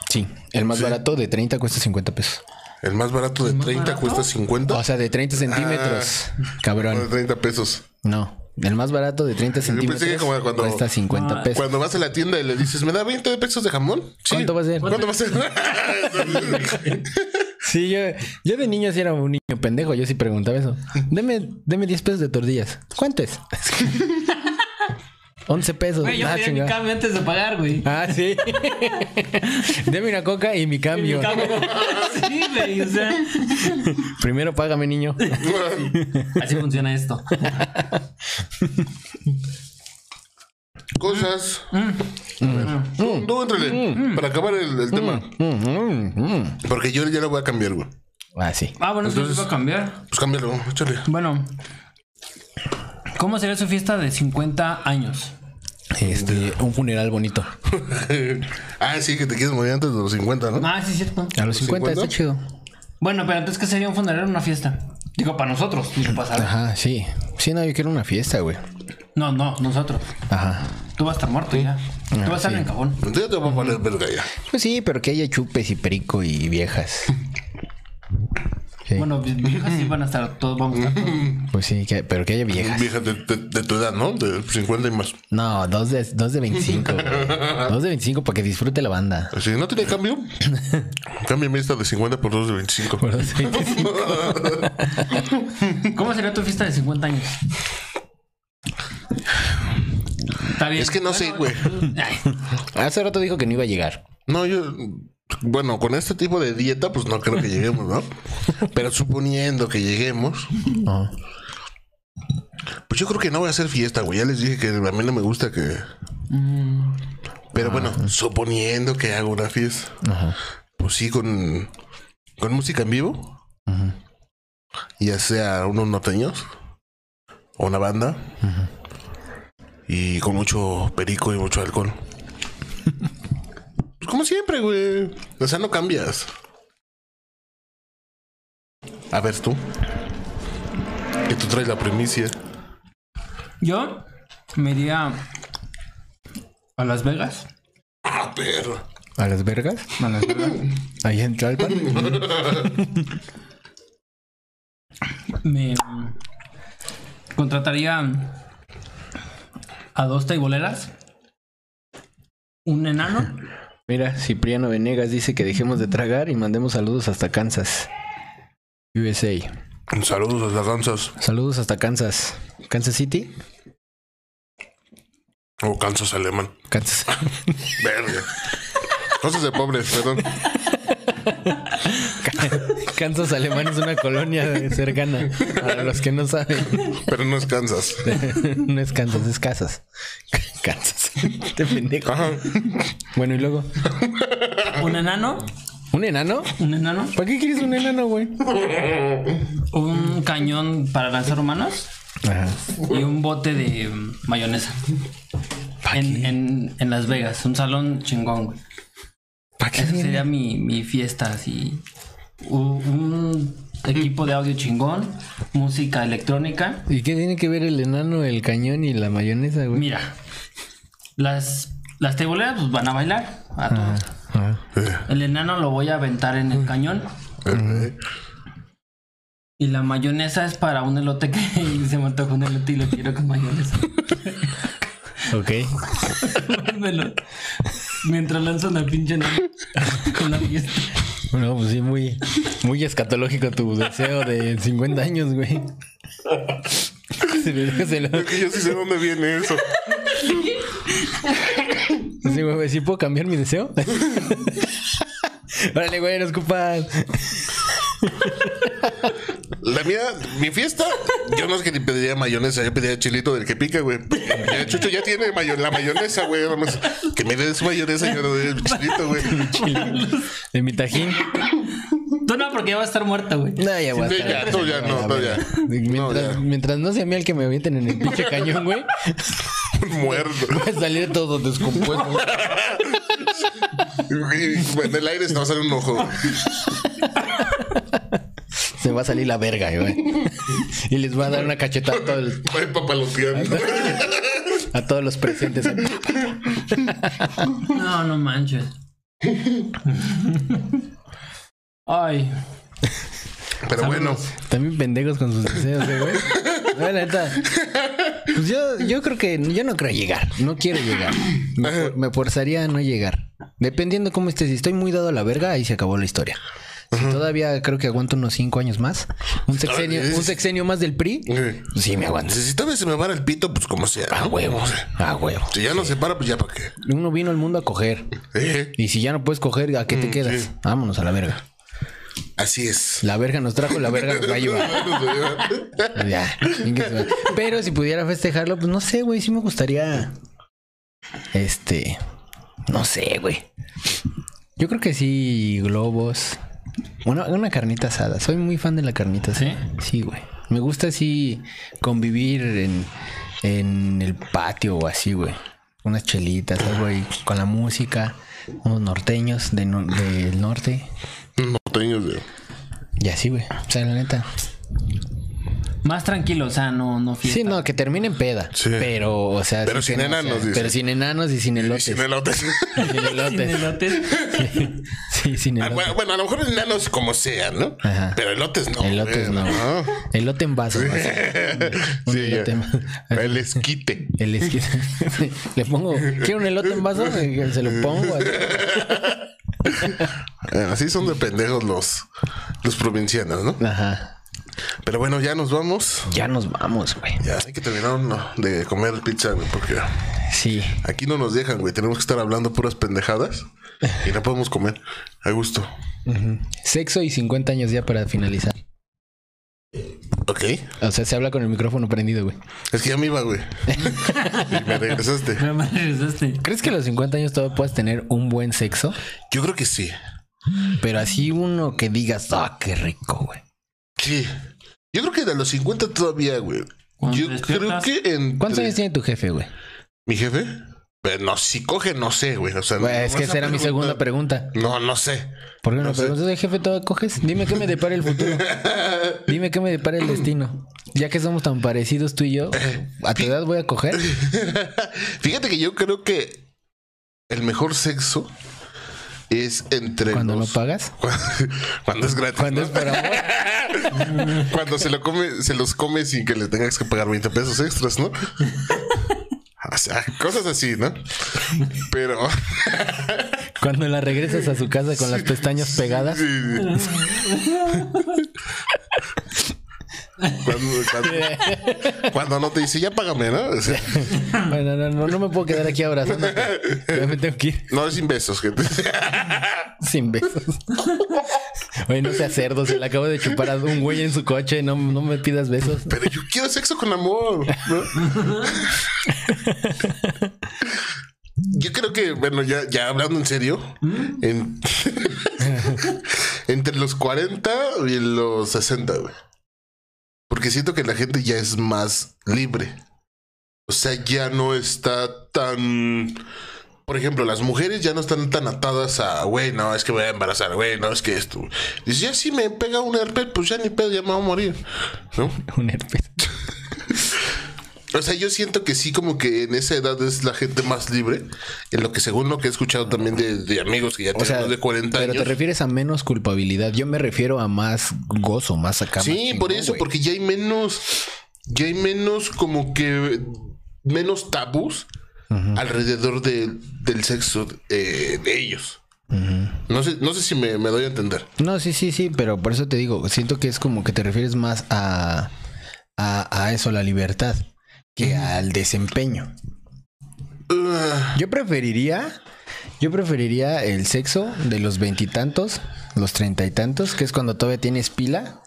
Sí, el más barato de 30 cuesta 50 pesos.
El más barato de 30 cuesta 50.
O sea, de 30 centímetros.
Ah. de
Oh, Cabrón.
30 pesos.
No, el más barato de 30
pensé que
centímetros
como cuando-
cuesta 50
Ah,
pesos.
Cuando vas a la tienda y le dices, ¿me da 20 pesos de jamón? Sí.
¿Cuánto va a ser?
¿Cuánto va a ser?
Sí, yo, yo de niño sí era un niño pendejo, yo sí preguntaba eso. Deme, deme 10 pesos de tortillas. ¿Cuánto es? 11 pesos.
Güey, yo
Ah,
pedía mi
chingada.
cambio antes de pagar, güey.
Ah, sí. Deme una coca y mi cambio.
Mi cambio. Sí, güey, o sea.
Primero págame, niño.
Así funciona esto.
Cosas.
Mm.
No, no, éntrale. Para acabar el, el tema.
Mm, mm, mm.
Porque yo ya lo voy a cambiar, güey.
Ah, sí.
Ah, bueno, entonces va a cambiar.
Pues cámbialo, échale.
Bueno, ¿cómo sería su fiesta de 50 años?
Este, un funeral bonito.
ah, sí, que te quieres morir antes de los 50, ¿no?
Ah, sí, cierto.
A los 50, está
50?
chido.
Bueno, pero entonces, ¿qué sería un funeral o una fiesta? Digo, para nosotros, digo, pasar.
Ajá, sí. Sí, no, yo quiero una fiesta, güey.
No, no, nosotros.
Ajá.
Tú vas a estar muerto ya. Tú vas a estar
sí.
en el cajón.
Yo te voy a poner verga ya.
Pues sí, pero que haya chupes y perico y viejas. Sí.
Bueno, mis hijas sí van a estar todos, vamos a estar todos.
Pues sí, que- pero que haya viejas.
Vieja de, de- de tu edad, ¿no? De 50 y más.
No, dos de, dos de 25. güey. dos de 25 para que disfrute la banda.
Si no tiene cambio, cámbiame esta de 50 por 2 de 25.
¿Cómo sería tu fiesta de 50 años? Está bien.
Es que no sé, güey.
Ay,
Hace rato dijo que no iba a llegar.
No, yo. Bueno, con este tipo de dieta, pues no creo que lleguemos, ¿no? Pero suponiendo que lleguemos,
Ajá.
pues yo creo que no voy a hacer fiesta, güey. Ya les dije que a mí no me gusta que.
Mm.
Pero bueno, suponiendo que hago una fiesta,
Ah. Ajá.
pues sí, con, con música en vivo,
Ujú.
ya sea unos norteños o una banda y con mucho perico y mucho alcohol. Pues como siempre, güey. O sea, no cambias. A ver tú. Que tú traes la primicia.
Yo me iría a Las Vegas.
Ah, perro.
¿A las vergas?
A Las Vegas.
Ahí en Tlalpan.
Me contrataría a dos taiboleras. Un enano.
Mira, Cipriano Venegas dice que dejemos de tragar y mandemos saludos hasta Kansas. USA.
Saludos hasta Kansas.
Saludos hasta Kansas. Kansas City.
O Kansas alemán.
Kansas.
Verga. Cosas de pobres, perdón.
Kansas Alemán es una colonia cercana. Para los que no saben,
Pero no es Kansas.
no es Kansas, es Casas. Kansas. Te pendejo.
Ajá.
Bueno, y luego,
Un enano.
¿un enano?
Un enano.
¿Para qué quieres un enano, güey?
Un cañón para lanzar humanos.
Ajá.
y un bote de mm, mayonesa. En, en, en Las Vegas, un salón chingón, güey.
¿Para qué?
Esa sería mi, mi fiesta, así. U- Un equipo de audio chingón, música electrónica.
¿Y qué tiene que ver el enano, el cañón y la mayonesa, güey?
Mira, las, las teboleras pues, van a bailar. a todo.
Ajá.
El enano lo voy a aventar en el cañón. Y la mayonesa es para un elote que se me antoja un elote y lo quiero con mayonesa.
Ok.
Un elote. Mientras lanzan al pinche enano con la fiesta.
Bueno, pues sí, muy, muy escatológico tu deseo de 50 años, güey. Se lo- se lo-
Es que yo sí sé dónde viene eso.
Sí, güey, ¿sí puedo cambiar mi deseo? Órale, güey, no escupas.
La mía, mi fiesta, yo no es que ni pediría mayonesa, yo pediría chilito del que pica, güey. Ya, Chucho ya tiene mayo- la mayonesa, güey. Vamos, que me des mayonesa y yo le doy el chilito, güey.
De mi tajín.
Tú no, porque ya va a estar muerta, güey.
No, ya voy a
Sí,
estar- Ah,
ya, tú ya no, tú ya.
Mientras,
No, ya.
mientras no sea a mí el que me avienten en el pinche cañón, güey,
Muerto.
va a salir todo descompuesto.
Y En el aire se te va a salir un ojo.
Se va a salir la verga, güey. Y les va a dar una cachetada a, todo el-
Ay, papaloteando.
a todos los presentes.
No, no manches. Ay,
Pero bueno,
También pendejos con sus deseos, eh, güey. No, la neta. Pues yo, yo creo que yo no creo llegar. No quiero llegar. Me, for- me forzaría a no llegar. Dependiendo cómo esté. Si estoy muy dado a la verga, ahí se acabó la historia. Si todavía creo que aguanto unos cinco años más. Un sexenio, un sexenio más del PRI.
Sí.
pues sí, me aguanto.
eh, si todavía se me va el pito, pues como sea.
A Ah, huevo. A huevo.
Si ya no se para, pues ya para qué.
Uno vino al mundo a coger.
Eh,
Y si ya no puedes coger, ¿a qué te quedas?
sí.
Vámonos a la verga.
así es.
La verga nos trajo, la verga nos va a llevar. Ya, chingue su madre. Pero si pudiera festejarlo, pues no sé, güey. Sí me gustaría. Este. No sé, güey. Yo creo que sí, globos. Una, una carnita asada. Soy muy fan de la carnita asada. Sí, güey. Me gusta así convivir en, en el patio o así, güey. Unas chelitas, algo ahí, con la música, unos norteños de no- del norte.
Norteños de.
Y así, güey. O sea, la neta.
Más tranquilo, o sea, no, no fiesta.
Sí, no, que termine en peda.
Sí.
Pero, o sea.
Pero
sí
sin
que no, o
enanos,
sea,
dice.
Pero sin enanos y sin elotes.
Sin elotes.
Sin
Sin
elotes.
elotes.
sí, sin
Ah,
elotes.
bueno, bueno, a lo mejor enanos como sean, ¿no?
Ajá.
Pero elotes no.
Elotes
güey,
no. Elote en vaso. así. Un
Sí, ya.
elote en-
El esquite.
El esquí. Le pongo, ¿quiero un elote en vaso? Y Se lo pongo. así.
Bueno, Eh, Así son de pendejos los, los provincianos, ¿no?
Ajá.
Pero bueno, ya nos vamos.
Ya nos vamos, güey.
Ya hay que terminar uno de comer pizza, güey, porque
Sí.
aquí no nos dejan, güey. Tenemos que estar hablando puras pendejadas y no podemos comer. A gusto.
Ujú. Sexo y 50 años ya para finalizar.
Ok.
O sea, se habla con el micrófono prendido, güey.
Es que ya me iba, güey. y me regresaste.
Pero me regresaste.
¿Crees que a los 50 años todavía puedas tener un buen sexo?
Yo creo que sí.
Pero así uno que digas, ah, qué rico, güey.
Sí. Yo creo que de los 50 todavía, güey.
Cuando
Yo
te
creo
despiertas.
que en.
¿Cuántos años tiene tu jefe, güey?
¿Mi jefe? Pero no, si coge, no sé, güey. O sea,
Güey,
no
es que
vas a
esa era mi
preguntar-
segunda pregunta.
No, no sé.
¿Por qué no,
No sé.
preguntas, "Oye, jefe, todavía coges? Dime qué me depara el futuro. Dime qué me depara el destino. Ya que somos tan parecidos tú y yo, ¿a tu edad voy a coger?
Fíjate que yo creo que el mejor sexo es entre
Cuando no
los-
pagas.
Cuando, cuando es gratis.
Cuando
¿no?
es por amor.
Cuando se lo come, se los come sin que le tengas que pagar 20 pesos extras, ¿no? O sea, cosas así, ¿no? Pero
Cuando la regresas a su casa con las pestañas pegadas.
Sí, sí. Cuando, cuando- cuando no te dice, ya págame, ¿no? O sea,
Bueno, no, no, no me puedo quedar aquí abrazándote. Ya me tengo que ir
no es sin besos, gente.
sin besos. Oye, no seas cerdo, se le acabo de chupar a un güey en su coche. No, no me pidas besos.
Pero yo quiero sexo con amor. ¿no? Yo creo que, bueno, ya, ya hablando en serio, en- entre los 40 y los 60, güey. Porque siento que la gente ya es más libre. O sea, ya no está tan... Por ejemplo, las mujeres ya no están tan atadas a, güey, no, es que voy a embarazar, güey, no, es que esto. Dice, ya si me pega un herpes, pues ya ni pedo, ya me voy a morir. ¿No?
Un herpes.
O sea, yo siento que sí, como que en esa edad es la gente más libre. En lo que según lo que he escuchado también de, de amigos que ya
O
tienen
sea,
más de 40
pero te
años.
refieres a menos culpabilidad. Yo me refiero a más gozo, más acá. más
Sí,
chingón,
por eso,
güey.
porque ya hay menos, ya hay menos como que menos tabús alrededor de- del sexo eh, de ellos. No sé, no sé si me, me doy a entender.
No, sí, sí, sí, pero por eso te digo, siento que es como que te refieres más a, a, a eso, a la libertad, que al desempeño.
Ah,
Yo preferiría, yo preferiría el sexo de los veintitantos, los treinta y tantos, que es cuando todavía tienes pila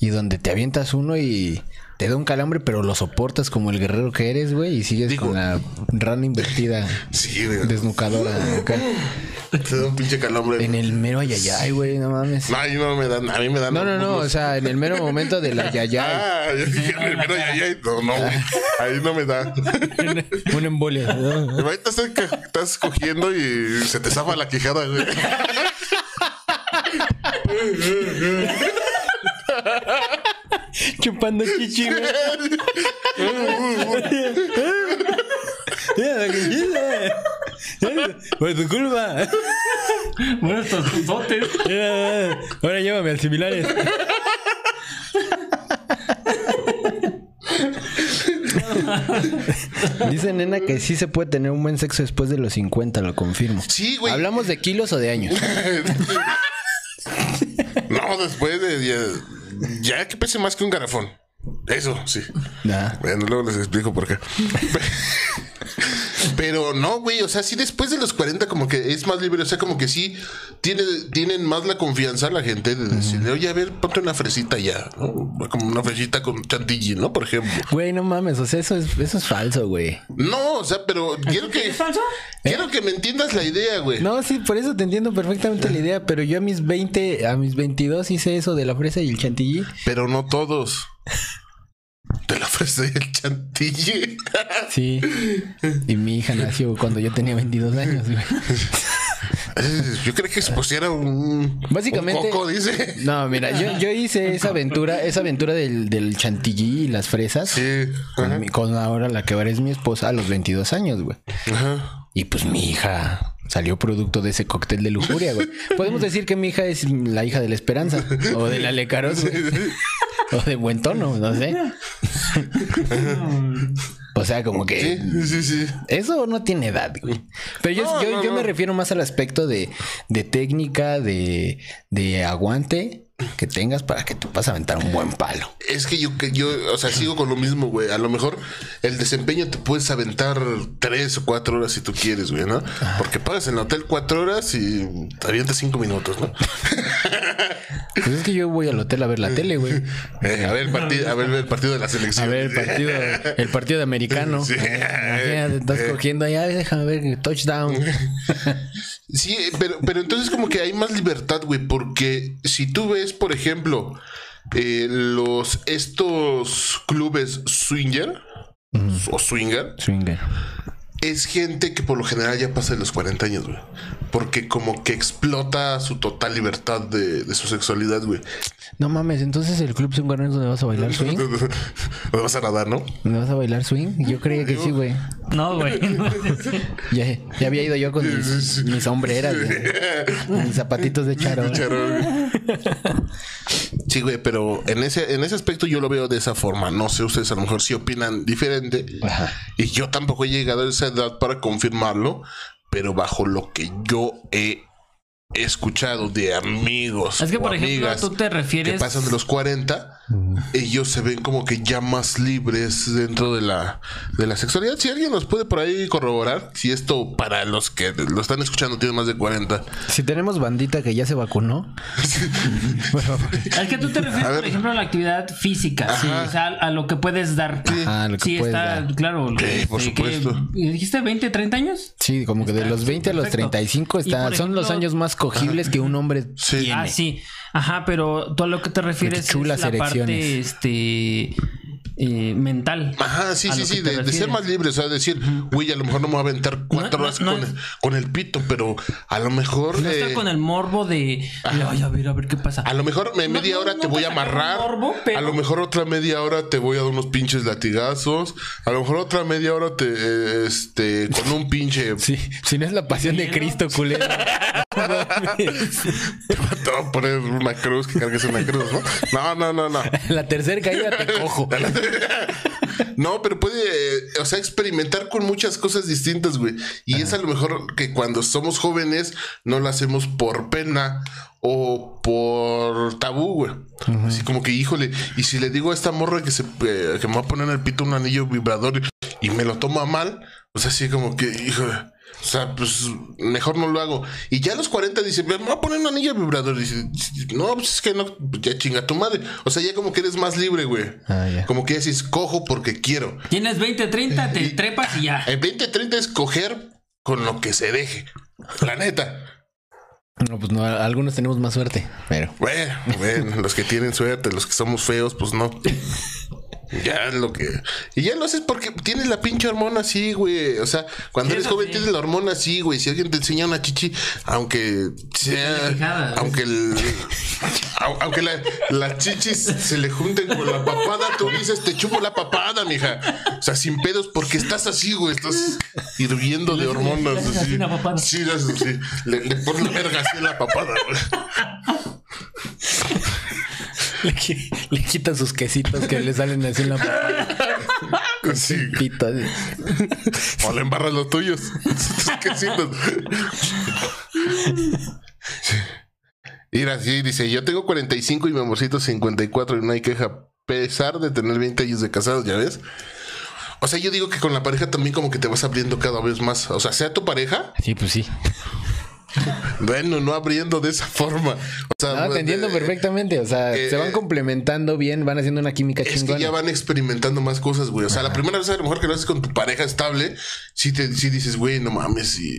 y donde te avientas uno y te da un calambre, pero lo soportas como el guerrero que eres, güey, y sigues
Digo-
con la rana invertida,
sí, güey.
desnucadora acá,
Te da un pinche calambre.
en el mero ayayay, güey, no mames.
No, a mí no me dan, a mí me dan.
No, no,
los
no,
muslos.
o sea, en el mero momento del ayayay.
Ah, yo dije, primero ya, ya, no, no, güey. ahí no me da.
Un embolia. ¿no?
Ahorita estás, ca- estás cogiendo y se te zafa la quijada, güey.
Chupando chichi, güey. Mira lo que hiciste. Por tu culpa.
Bueno, estos tuzotes.
Mira, Ahora llévame al similares. Dice nena que sí se puede tener un buen sexo después de los 50, lo confirmo.
Sí, güey.
¿Hablamos de kilos o de años?
No, después de. Ya, ya que pese más que un garrafón. Eso, sí.
Nah.
Bueno, luego les explico por qué. Pero no, güey, o sea, sí después de los 40 como que es más libre, o sea, como que sí tiene, tienen más la confianza la gente de decirle, oye, a ver, ponte una fresita ya, ¿no? Como una fresita con chantilly, ¿no? Por ejemplo.
Güey, no mames, o sea, eso es, eso es falso, güey.
No, o sea, pero quiero que... Quiero que me entiendas la idea, güey.
No, sí, por eso te entiendo perfectamente la idea, pero yo a mis 20, a mis 22 hice eso de la fresa y el chantilly.
Pero no todos. Te la ofrecí el chantilly.
Sí. Y mi hija nació cuando yo tenía 22 años, güey.
Eh, Yo creo que expusiera un.
Básicamente-
Un coco, dice.
No, mira, yo, yo hice esa aventura, esa aventura del, del chantilly y las fresas.
Sí.
Con, mi- con ahora la que ahora es mi esposa a los 22 años, güey. Y pues mi hija salió producto de ese cóctel de lujuria, güey. Podemos decir que mi hija es la hija de la esperanza o de la lecaros, güey. O de buen tono, no sé. O sea, como que
Sí, sí, sí.
eso no tiene edad, güey. Pero yo,
No,
yo,
no,
yo me
no.
refiero más al aspecto de, de técnica, de, de aguante que tengas para que tú puedas aventar un buen palo.
Es que yo, que yo, o sea, sigo con lo mismo, güey. A lo mejor el desempeño te puedes aventar tres o cuatro horas si tú quieres, güey, ¿no? Porque pagas en el hotel cuatro horas y te avientas cinco minutos, ¿no?
Pues es que yo voy al hotel a ver la tele, güey.
Eh, a, ver el partido, a ver el partido de la
A
selección.
ver, el partido, el partido de americano.
Sí.
Imagínate, estás cogiendo allá, déjame ver, touchdown.
Sí, pero, pero entonces como que hay más libertad, güey, porque si tú ves, por ejemplo, eh, los estos clubes swinger o swinger,
Swinger.
es gente que por lo general ya pasa de los 40 años, güey. Porque como que explota su total libertad de, de su sexualidad, güey.
No mames, entonces el club swinger no es donde vas a bailar swing.
Me vas a nadar, ¿no?
¿Dónde vas a bailar swing? Yo creía que sí, güey.
No, güey. no es así.
Ya, ya había ido yo con mis, mis sombreras, güey. mis zapatitos de charol.
Sí, güey, pero en ese, en ese aspecto yo lo veo de esa forma. No sé, ustedes a lo mejor sí opinan diferente.
Ajá.
Y yo tampoco he llegado a esa edad para confirmarlo. Pero bajo lo que yo he escuchado de amigos.
Es que,
o
por ejemplo,
amigas
tú te refieres.
que pasan de los 40, ellos se ven como que ya más libres dentro de la, de la sexualidad. Si alguien nos puede por ahí corroborar, si esto para los que lo están escuchando tiene más de 40.
Si tenemos bandita que ya se vacunó, bueno,
Es que tú te refieres,
A ver.
por ejemplo, a la actividad física, sí, o sea, a lo que puedes dar.
Ajá, Ah, lo que
sí,
puedes
está,
dar.
claro. lo-
Sí, por
este, que-
supuesto.
¿Dijiste 20, 30 años?
sí, como que de los 20 a los
Perfecto.
35
Y
está,
por
son los
ejemplo-
años más cogibles que un hombre
Sí.
tiene.
Ah, sí. Ajá, pero tú a lo que te refieres es
chulas
la parte
erecciones.
este, eh, mental.
Ajá, sí,
A
sí,
lo que
sí,
te
de, de ser
refieres.
más libres, o sea, decir, güey, a lo mejor no me voy a aventar cuatro
No, no,
horas
no
con,
es-
el, con el pito, pero a lo mejor...
No estar
eh,
con el morbo de, ay, a ver, a ver qué pasa.
A lo mejor me-
No,
media
no,
hora
no
te voy a
para sacar
amarrar.
morbo, pero-
A lo mejor otra media hora te voy a dar unos pinches latigazos. A lo mejor otra media hora te. eh, Este. Con un pinche.
Sí, si no es la pasión de Cristo, culero.
Te voy a poner una cruz que cargues una cruz, ¿no? No, no, no, no.
La tercera caída te cojo.
No, pero puede, eh, o sea, experimentar con muchas cosas distintas, güey. Y es a lo mejor que cuando somos jóvenes no lo hacemos por pena o por tabú, güey. Así como que, híjole, y si le digo a esta morra que se eh, que me va a poner en el pito un anillo vibrador y me lo toma mal, o sea, así como que, híjole. O sea, pues mejor no lo hago. Y ya a los 40 dice, me voy a poner un anillo vibrador. Y dice, no, pues es que no, ya chinga tu madre. O sea, ya como que eres más libre, güey.
Ah, ya.
Como que ya dices, cojo porque quiero.
Tienes 20, 30, te trepas y ya.
En 2030 es coger con lo que se deje. La neta.
No, pues no, algunos tenemos más suerte, pero.
Bueno, bueno, los que tienen suerte, los que somos feos, pues no. Ya es lo que. Y ya lo haces porque tienes la pinche hormona así, güey. O sea, cuando
Sí,
eres
eso
joven
sí.
tienes la hormona así, güey. Si alguien te enseña una chichi, aunque sea.
tiene fijada, güey.
aunque el- au- aunque la- las chichis se le junten con la papada, tú dices, te chupo la papada, mija. O sea, sin pedos, porque estás así, güey. Estás hirviendo de hormonas.
haces así
Así,
la papada.
Sí, le haces así. Le, le pones la verga así en la papada, güey.
Le, qui- le quitan sus quesitos que le salen así en la papaya,
Sí.
pito, así.
O le embarras los tuyos. Tus quesitos. Sí. Mira, sí, dice, yo tengo 45 y mi amorcito 54 y no hay queja, a pesar de tener 20 años de casados, ¿ya ves? O sea, yo digo que con la pareja también como que te vas abriendo cada vez más. O sea, sea tu pareja,
Sí, pues sí.
bueno, no abriendo de esa forma. O sea,
No, te entiendo
eh,
perfectamente. O sea,
eh,
se van
eh,
complementando bien, van haciendo una química
Es que ya
chingona.
van experimentando más cosas, güey. O sea, la primera vez a lo mejor que lo haces con tu pareja estable, sí, te, sí dices, güey, no mames, y,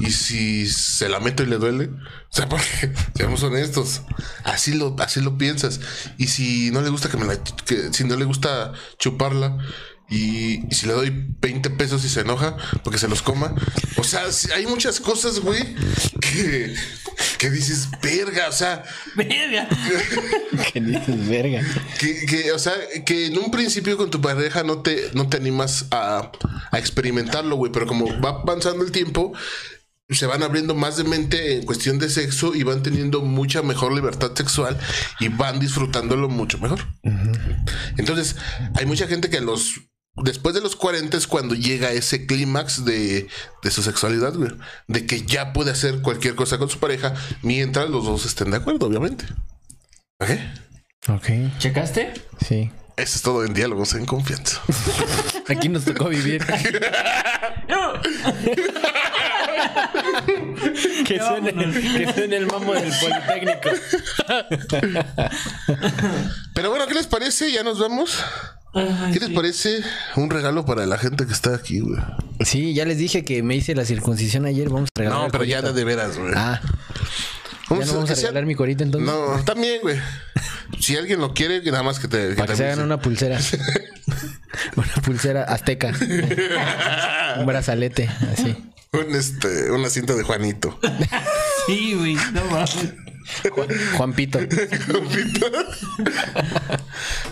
y si se la meto y le duele. O sea, porque, seamos honestos, así lo, así lo piensas. Y si no le gusta que me la, que, si no le gusta chuparla Y, y si le doy 20 pesos y se enoja porque se los coma. O sea, sí, hay muchas cosas, güey, que, que dices, verga, o sea,
Verga.
Que dices, verga.
que, que, o sea, que en un principio con tu pareja no te, no te animas a, a experimentarlo, güey, pero como va avanzando el tiempo, se van abriendo más de mente en cuestión de sexo y van teniendo mucha mejor libertad sexual y van disfrutándolo mucho mejor. Entonces, hay mucha gente que a los... Después de los 40 es cuando llega ese clímax de, de su sexualidad, güey. De que ya puede hacer cualquier cosa con su pareja mientras los dos estén de acuerdo, obviamente. ¿Ok?
Ok,
¿Checaste?
sí.
Eso es todo en diálogos en confianza.
Aquí nos tocó vivir. que, suene, que suene el mambo del Politécnico.
Pero bueno, ¿qué les parece? Ya nos vamos. ¿Qué les parece un regalo para la gente que está aquí, güey?
Sí, ya les dije que me hice la circuncisión ayer. Vamos a regalar.
No,
el
pero ya
cuerito.
de veras, güey.
Ah, ya no vamos a
que sea-
regalar mi corita entonces.
No, también, güey. Si alguien lo quiere, que nada más que te... que
Para que se
te
hagan
avise.
una pulsera. una pulsera azteca. Un brazalete, así.
Un, este, una cinta de Juanito.
Sí, güey. No mames.
Juan Pito,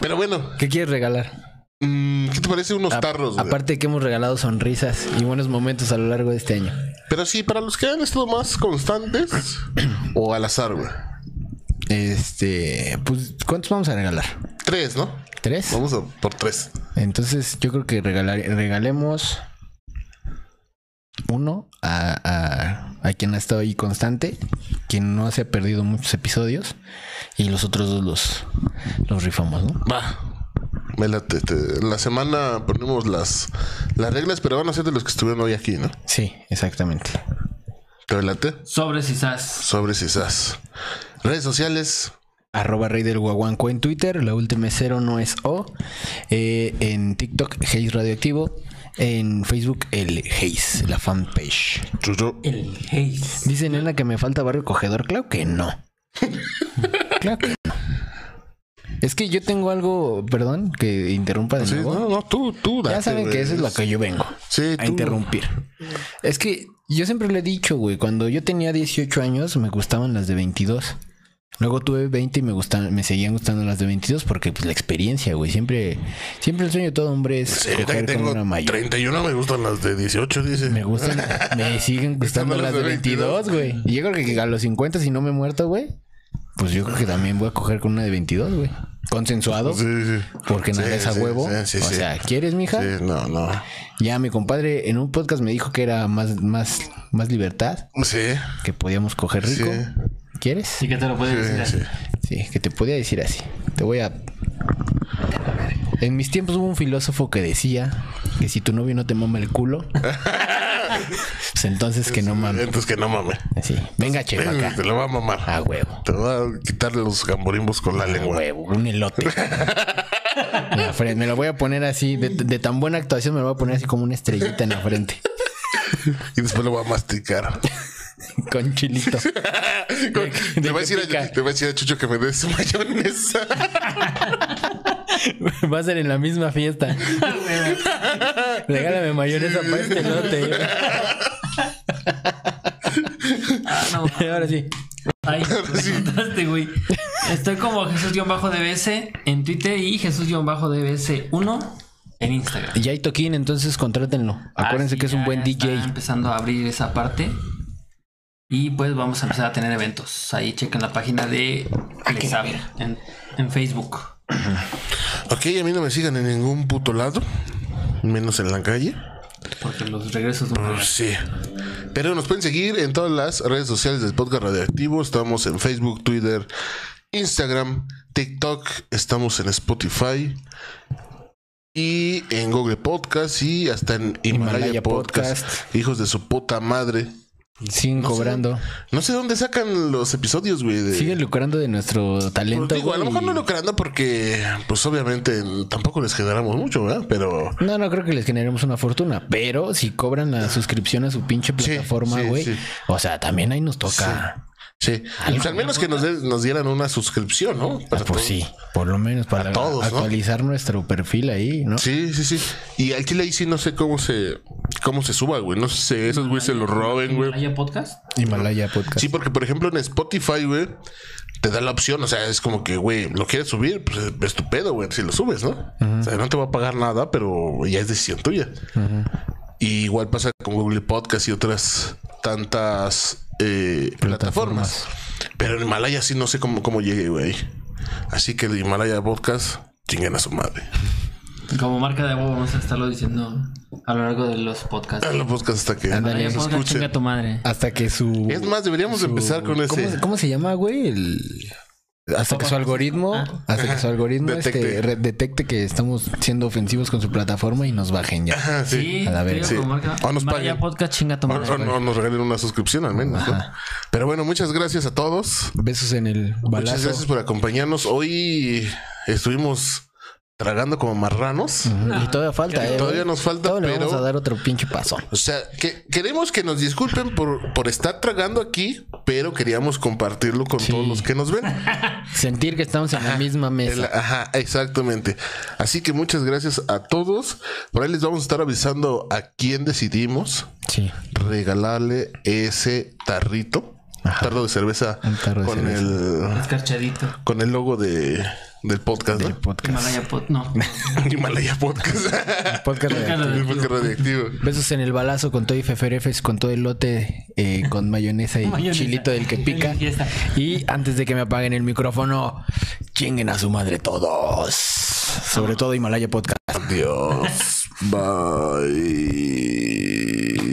Pero bueno,
¿qué quieres regalar?
mm, ¿qué te parece unos
A-
tarros, güey?
Ah, aparte de que hemos regalado sonrisas y buenos momentos a lo largo de este año.
Pero sí, para los que han estado más constantes o al azar, güey.
Este, pues, ¿cuántos vamos a regalar?
Tres, ¿no?
¿Tres?
Vamos a por tres.
Entonces, yo creo que regalar, regalemos uno a, a- a quien ha estado ahí constante, quien no se ha perdido muchos episodios, y los otros dos los, los rifamos, ¿no?
Va. Me late, te- la semana ponemos las, las reglas, pero van a ser de los que estuvieron hoy aquí, ¿no?
Sí, exactamente.
¿Te late?
Sobre sisas.
Sobre sisas. Redes sociales.
Arroba Rey del Guaguanco en Twitter, la última es cero no es O. eh, en TikTok, Haze Radioactivo. En Facebook, el Haze, la fanpage.
Chucho.
El Haze.
Dice nena que me falta barrio cogedor. Claro que no. claro que no. Es que yo tengo algo, perdón, que interrumpa de
Sí,
nuevo.
no, no, tú, tú.
ya
date,
saben
güey.
que eso es lo que yo vengo.
Sí,
a
tú.
interrumpir. Es que yo siempre le he dicho, güey, cuando yo tenía 18 años me gustaban las de 22. Luego tuve 20 y me gustan, me seguían gustando las de 22 porque pues la experiencia, güey, siempre siempre el sueño de todo hombre es
Sí,
coger con
tengo
una mayor.
31 me gustan las de 18, dice.
Me gustan, me siguen gustando las de 22, güey. Y yo creo que a los 50 si no me he muerto, güey, pues yo creo que también voy a coger con una de 22, güey. Consensuado,
Sí, sí.
porque nada
Sí,
es a
sí,
huevo.
sí, sí,
o
sí.
sea, ¿quieres, mija?
Sí, no, no.
Ya mi compadre en un podcast me dijo que era más, más, más libertad,
Sí.
que podíamos coger rico.
Sí.
¿Quieres?
Sí
Sí.
que te lo puedes
sí,
decir.
sí.
que te podía decir así. Te voy a. En mis tiempos hubo un filósofo que decía que si tu novio no te mama el culo, pues entonces que no mames. Ah.
Entonces que no mames.
Así. Venga, che, pa' acá.
Te lo va a mamar.
A huevo.
Te va a quitar los gamborimbos con la
A
lengua.
huevo. Un elote. En la frente. Me lo voy a poner así. De, de tan buena actuación me lo voy a poner así como una estrellita en la frente.
Y después lo va a masticar.
Con chilito.
Le va a decir a- le va a decir a Chucho que me dé su mayonesa.
Va a ser en la misma fiesta. Regálame mayonesa para este lote.
Ah, no.
Ahora sí.
Ay, me contaste, güey. Estoy como Jesús-DBS en Twitter y Jesús-DBS1 en Instagram.
Ya hay toquín, entonces contrátenlo. Acuérdense
Ah,
Así
que es un
ya
buen
está
DJ.
empezando a abrir esa parte. Y pues vamos a empezar a tener eventos. Ahí chequen la página de Les Sabe en, en Facebook.
Ok, a mí no me sigan en ningún puto lado. Menos en la calle.
Porque los regresos no
Pues Sí. Pero nos pueden seguir en todas las redes sociales del podcast radioactivo. Estamos en Facebook, Twitter, Instagram, TikTok. Estamos en Spotify. Y en Google Podcast y hasta en Himalaya,
Himalaya
podcast.
Podcast.
Hijos de su puta madre.
Siguen
No sé
cobrando.
No sé dónde sacan los episodios, güey. de-
Siguen lucrando de nuestro
Pues
talento.
digo, a lo
güey.
mejor no lucrando porque, pues obviamente tampoco les generamos mucho, ¿verdad? Pero
No, no creo que les generemos una fortuna, pero si cobran la suscripción a su pinche plataforma,
sí,
güey.
sí.
O sea, también ahí nos toca.
Sí. Pues al menos que nos, des- nos dieran una suscripción, ¿no?
Ah,
Para
pues
todo.
sí, por lo menos para
A todos, ¿no?
actualizar nuestro perfil ahí, ¿no?
Sí, sí, sí. Y al chile ahí sí no sé cómo se cómo se suba, güey. No sé, esos güey se lo roben, güey.
¿Haya podcast?
Himalaya Podcast.
Sí, porque por ejemplo en Spotify, güey, te da la opción. O sea, es como que, güey, lo quieres subir, pues es tu pedo, güey, si lo subes, ¿no? O sea, no te va a pagar nada, pero ya es decisión tuya. Y igual pasa con Google Podcast y otras tantas eh, plataformas. Pero en Himalaya sí no sé cómo, cómo llegue, güey. Así que el Himalaya Podcast, chinguen a su madre.
Como marca de agua vamos a estarlo diciendo a lo largo de los podcasts.
Ah, los podcasts hasta que
Ándale.
Haya
se
podcast,
escuchen.
chinga tu madre.
Hasta que su.
Es más, deberíamos empezar con
¿cómo,
ese.
¿Cómo se llama, güey? El- Hasta que su algoritmo,
Ah.
hasta que su algoritmo
Detecte.
este, re- detecte que estamos siendo ofensivos con su plataforma y nos bajen ya.
Ah,
Sí,
a la
te
verga. Ah,
digo
Sí.
como marca.
O nos
Himalaya
paguen.
podcast, chinga tu
O,
madre.
o- o nos regalen una suscripción al menos. ¿no? Pero bueno, muchas gracias a todos.
Besos en el
Muchas
balazo.
gracias por acompañarnos. Hoy estuvimos tragando como marranos.
Ujú, Y todavía falta, ¿eh?
Todavía nos falta,
Todavía le
pero-
vamos a dar otro pinche paso.
O sea, que queremos que nos disculpen por, por estar tragando aquí, pero queríamos compartirlo con
Sí.
todos los que nos ven.
Sentir que estamos en la misma
El-
mesa.
ajá, exactamente. Así que muchas gracias a todos. Por ahí les vamos a estar avisando a quién decidimos
Sí.
regalarle ese tarrito. Tarro de cerveza
Un tarro de
con
cerveza.
el
Escarchadito.
con el logo de del podcast,
Del
¿no?
podcast.
Himalaya pod... No.
Himalaya Podcast.
Podcast de-
Podcast
el podcast radioactivo.
Besos en el balazo con todo y feferefes, con todo el lote, eh, con mayonesa y
Mayonesa.
chilito del que pica.
Y fiesta.
Y antes de que me apaguen el micrófono, chinguen a su madre todos. Sobre todo Himalaya Podcast.
Adiós. Bye.